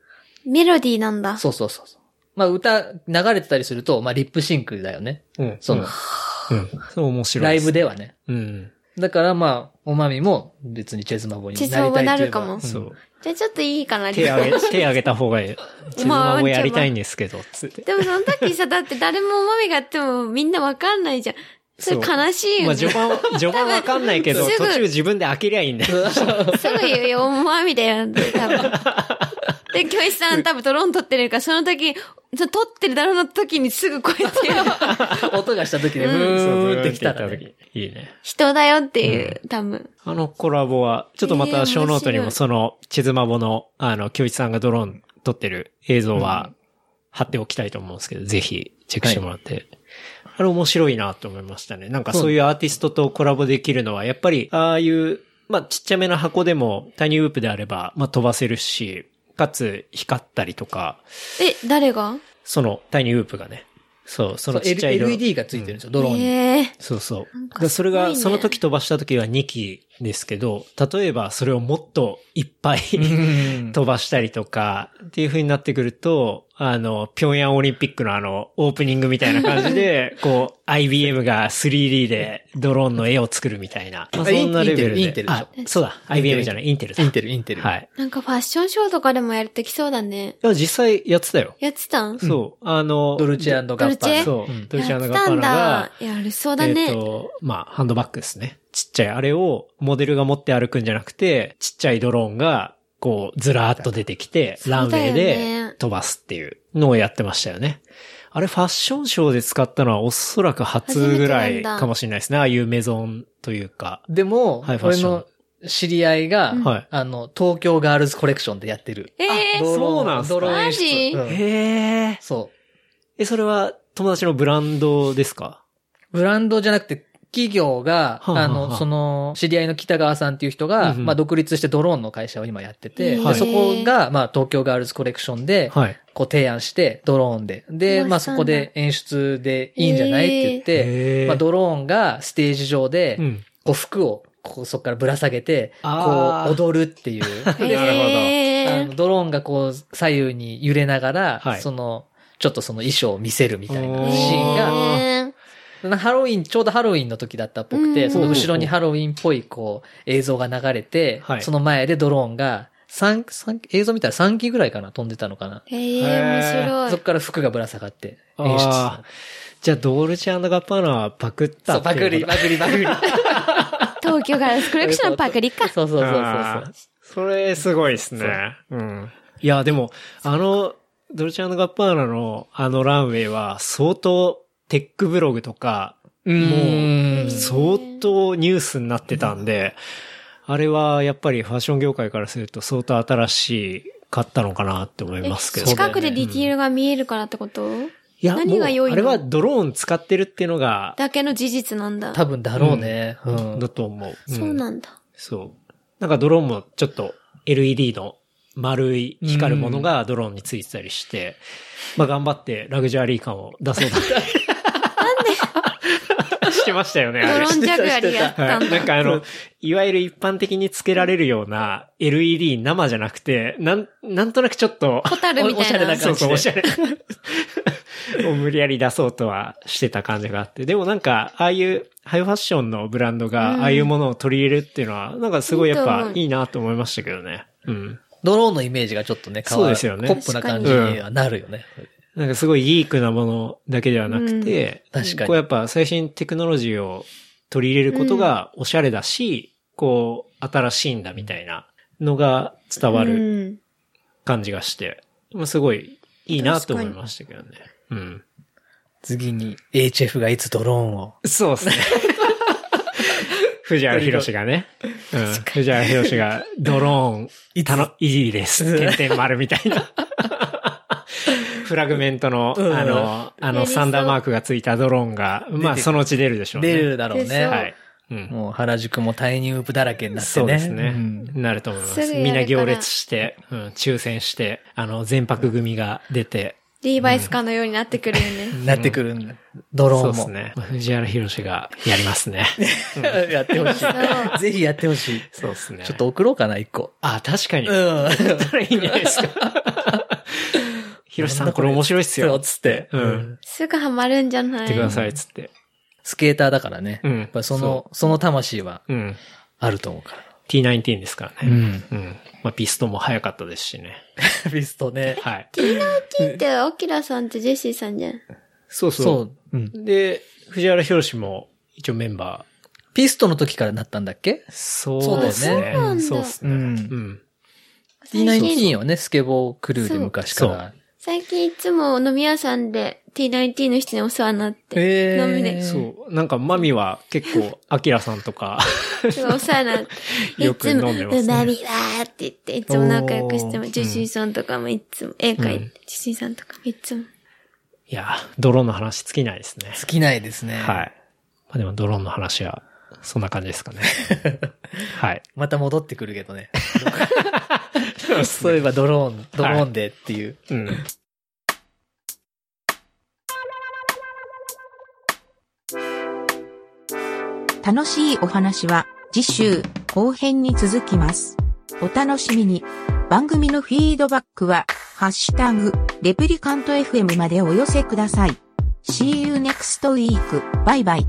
メロディーなんだ。
そうそうそうそう。まあ歌、流れてたりすると、まあリップシンクだよね。
うん。
そ
うん
の、
うん。そう面白い。
ライブ。ではね。
うん。
だからまあ、おまみも別にチェズマボになりたいといえば
チェズマボなるかも
そ
うん
う。
じゃあちょっといいかな、
手あげ、手あげた方がいい。チェズマボやりたいんですけど、つって。
でもその時さ、だって誰もおまみがやってもみんなわかんないじゃん。それ
そう
悲しいよ、ね
まあ、序盤、序盤わかんないけど、
多分すぐ
途中自分で飽きりゃいいんだよ。
すぐ言うよ、おまみだよ、多分。で、教室さん多分ドローン撮ってるから、その時、ちょ撮ってるだろうの時にすぐこう やっ て
音がした時で、ブ
そう
ー
そ
ン
う
ってきたら、
ブーンってき
ね。
た時いいね。
人だよっていう、多分。
あのコラボは、ちょっとま
え
た
ー
小ノートにも
面白い
その、地図マボの、あの、京一さんがドローン撮ってる映像は貼っておきたいと思うんですけど、ぜひチェックしてもらって。あれ面白いなと思いましたね。なんかそういうアーティストとコラボできるのは、やっぱり、ああいう、まあ、ちっちゃめな箱でも、タイニーウープであれば、まあ、飛ばせるし、かつ光ったりとか、
え、誰が
そのタイニーウープがね、そう、そ
そ
の
う、
ちっちゃい
L-
色
LED がついてるんですよ、ドローンに。
ええ
そうそう
なん。
だ
か
からそれ
すごい
が、
ね
その時飛ばした時は2機ですけど、例えばそれをもっといっぱい
うん
飛ばしたりとか、っていう風になってくると、あの、平壌オリンピックのあの、オープニングみたいな感じ で、こう、IBM が 3D でドローンの絵を作るみたいな。まあ、
あイン
そんなレベルで。
インテルインテルでしょ
あ、そうだ。IBM じゃない、インテルだ。
インテル、インテル。
はい。
なんかファッションショーとかでもやってきそうだね。
いや実際やってたよ。
やってたん
そう。あの、
ドルチェガッパ
ドルチェ
ーナ。
そう
うん。
ドルチェ
やって
ガッ
た
パー
ん
ナが
だ。、やるそうだね。
えっ、と、まあ、ハンドバッグですね。ちっちゃい、あれをモデルが持って歩くんじゃなくて、ちっちゃいドローンが、こう、ずらーっと出てきて、
だ
ラ
よ
ンウ
ね
ェイで飛ばすっていうのをやってましたよね。あれ、ファッションショーで使ったのはおそらく初ぐらいかもしれないですね。ああいうメゾンというか。
でも、
はいファッ
俺
ション
の知り合いが、
うん
はい
あの、東京ガールズコレクションでやってる。
ええ
ど
ドローン
ー、
そうなんすか
ドローン演出
マ
う
ジ
ん
へえ。
そう。
え、それは友達のブランドですか
ブランドじゃなくて、企業が、
はあはあ
あの、その、知り合いの北川さんっていう人が、
うんうん
まあ、独立してドローンの会社を今やってて、
はい
でそこが、まあ、東京ガールズコレクションで、
はい。
こう提案して、ドローンで。で、
どうしたんだ
まあ、そこで演出でいいんじゃないって言って、
へー
まあ、ドローンがステージ上で、
うん。
こう服を、こうそこからぶら下げて、
あ
こ
ー
う踊るっていう。
え
で
え
あのドローンがこう左右に揺れながら、
はい
その、ちょっとその衣装を見せるみたいなシーン
お
が、
え
ハロウィン、ちょうどハロウィンの時だったっぽく
うんう
て、
ん
その後ろにハロウィンっぽいこう映像が流れて、
はい
その前でドローンが、三三映像見たら3機ぐらいかな飛んでたのかな。
えええ面
そこ
白い。
から服がぶら下がって演出する
あじゃあ、ドルチェガッパーナはパクった
そう、
ってい
パ
う
クリ、
こと
パクリ、パ クリ。
東京ガラスコレクションのパクリか。
そうそうそうそう
あ
そう
ー。それすごいですね。うん。いや、でも、あの、ドルチアガッパーナのあのランウェイは相当テックブログとか、
うん
相当ニュースになってたんで、あれはやっぱりファッション業界からすると相当新しかったのかなって思いますけ
え
ど。
近くでディティールが見えるからってこと
いや
何が良いの
もうあれはドローン使ってるっていうのが、
だけの事実なんだ。
多分だろうね。うん
だと思う。うん
そうなんだ。
そう。なんかドローンもちょっと LED の丸い光るものがドローンについてたりして、まあ頑張ってラグジュアリー感を出そうだ。なんで してましたよね、
ド
あれ
ロ。ーンジャグアリやった
はい、
ん
な
だ。
んかあの、いわゆる一般的につけられるような LED 生じゃなくて、なん、なんとなくちょっと、
ホタルみたい
おおしゃれな
な。
感じ
そうそう、
で
おしゃれ。 を無理やり出そうとはしてた感じがあって。でもなんか、ああいうハイファッションのブランド
う
が、
ん
ああいうものを取り入れるっていうのは、なんかすごいやっ
いいと
ぱ
思う
いいなと思いましたけどね。うん。
ドローンのイメージがちょっとね、変わ
そう
る。
ですよね
ポップな感じにはなるよね。
なんかすごいギークなものだけではなくて、
うん確かに
こうやっぱ最新テクノロジーを取り入れることがおしゃれだし、こう、新しいんだみたいなのが伝わる
うん
感じがして、まあすごいいいなと思いましたけどね。うん。
次に HF がいつドローンを。
そうですね。藤原博がね。うん、藤原博がドローン、たの、いいです。点々丸みたい な。フラグメントの、
うん
あの、あ
や
の、
りそう
サンダーマークがついたドローンが、まあ、
出てくる
そのうち出るでしょうね。
出るだろう
でし
ね。
ょ
はい。うん。
もう原宿もタイニウープだらけになってね。
そうですね。
ん
なると思います
ぐや
す。
るから
みんな行列して、うん、抽選して、あの、全泊組が出て、
リーバイスカーのようになってくるよね。
なってくるんだ。ドロ
そ
ー
う
ン
で
も。
すね。藤原博がやります ね。
やってほし
そ
い。ぜひやってほしい。
そうですね。
ちょっと送ろうかな、一個。
あ、確かに。
うん。
ったらいいんじゃないですか。ひろしさん、これ面白いっす
そう、
よ。
つって。
うん。
すぐハマるんじゃない
言ってください、つって。
スケーターだからね。
うん
やっぱその、その魂は
うん。
あると思うから。
T19 ですから
う
ね。
ん。
うん。まあ、ピストも早かったですしね。
ビストね。
はい。
って、アキラさんってジェシーさんじゃん。
そう
そう。うん。
う。で、藤原博士も一応メンバー。
ピストの時からなったんだっけ
そうですね
そうなん。だ
そうです
う
ね。
ん
う。ん。
最近
D19 はね、スケボークルーで昔から。
最近いつも飲み屋さんで T90 の人にお世話になって、
え
飲みで
そう。なんか、マミは結構、アキラさんとか、
すごいお世話になって、
よく飲んでますね
いつも、ナミだーって言って、いつも仲良くして
お
も、
ー
ジュシーさんとかもいつも、絵描いて、
うん
ジュシーさんとかもいつも。
いや、ドローンの話尽きないですね。
尽きないですね。
はい。まあでも、ドローンの話は、そんな感じですかね。はい。
また戻ってくるけ どね。そういえばドローン、ドローンでっていう。
うん。
楽しいお話は次週後編に続きます。お楽しみに。番組のフィードバックは、ハッシュタグ、レプリカント FM までお寄せください。See you next week. バイバイ。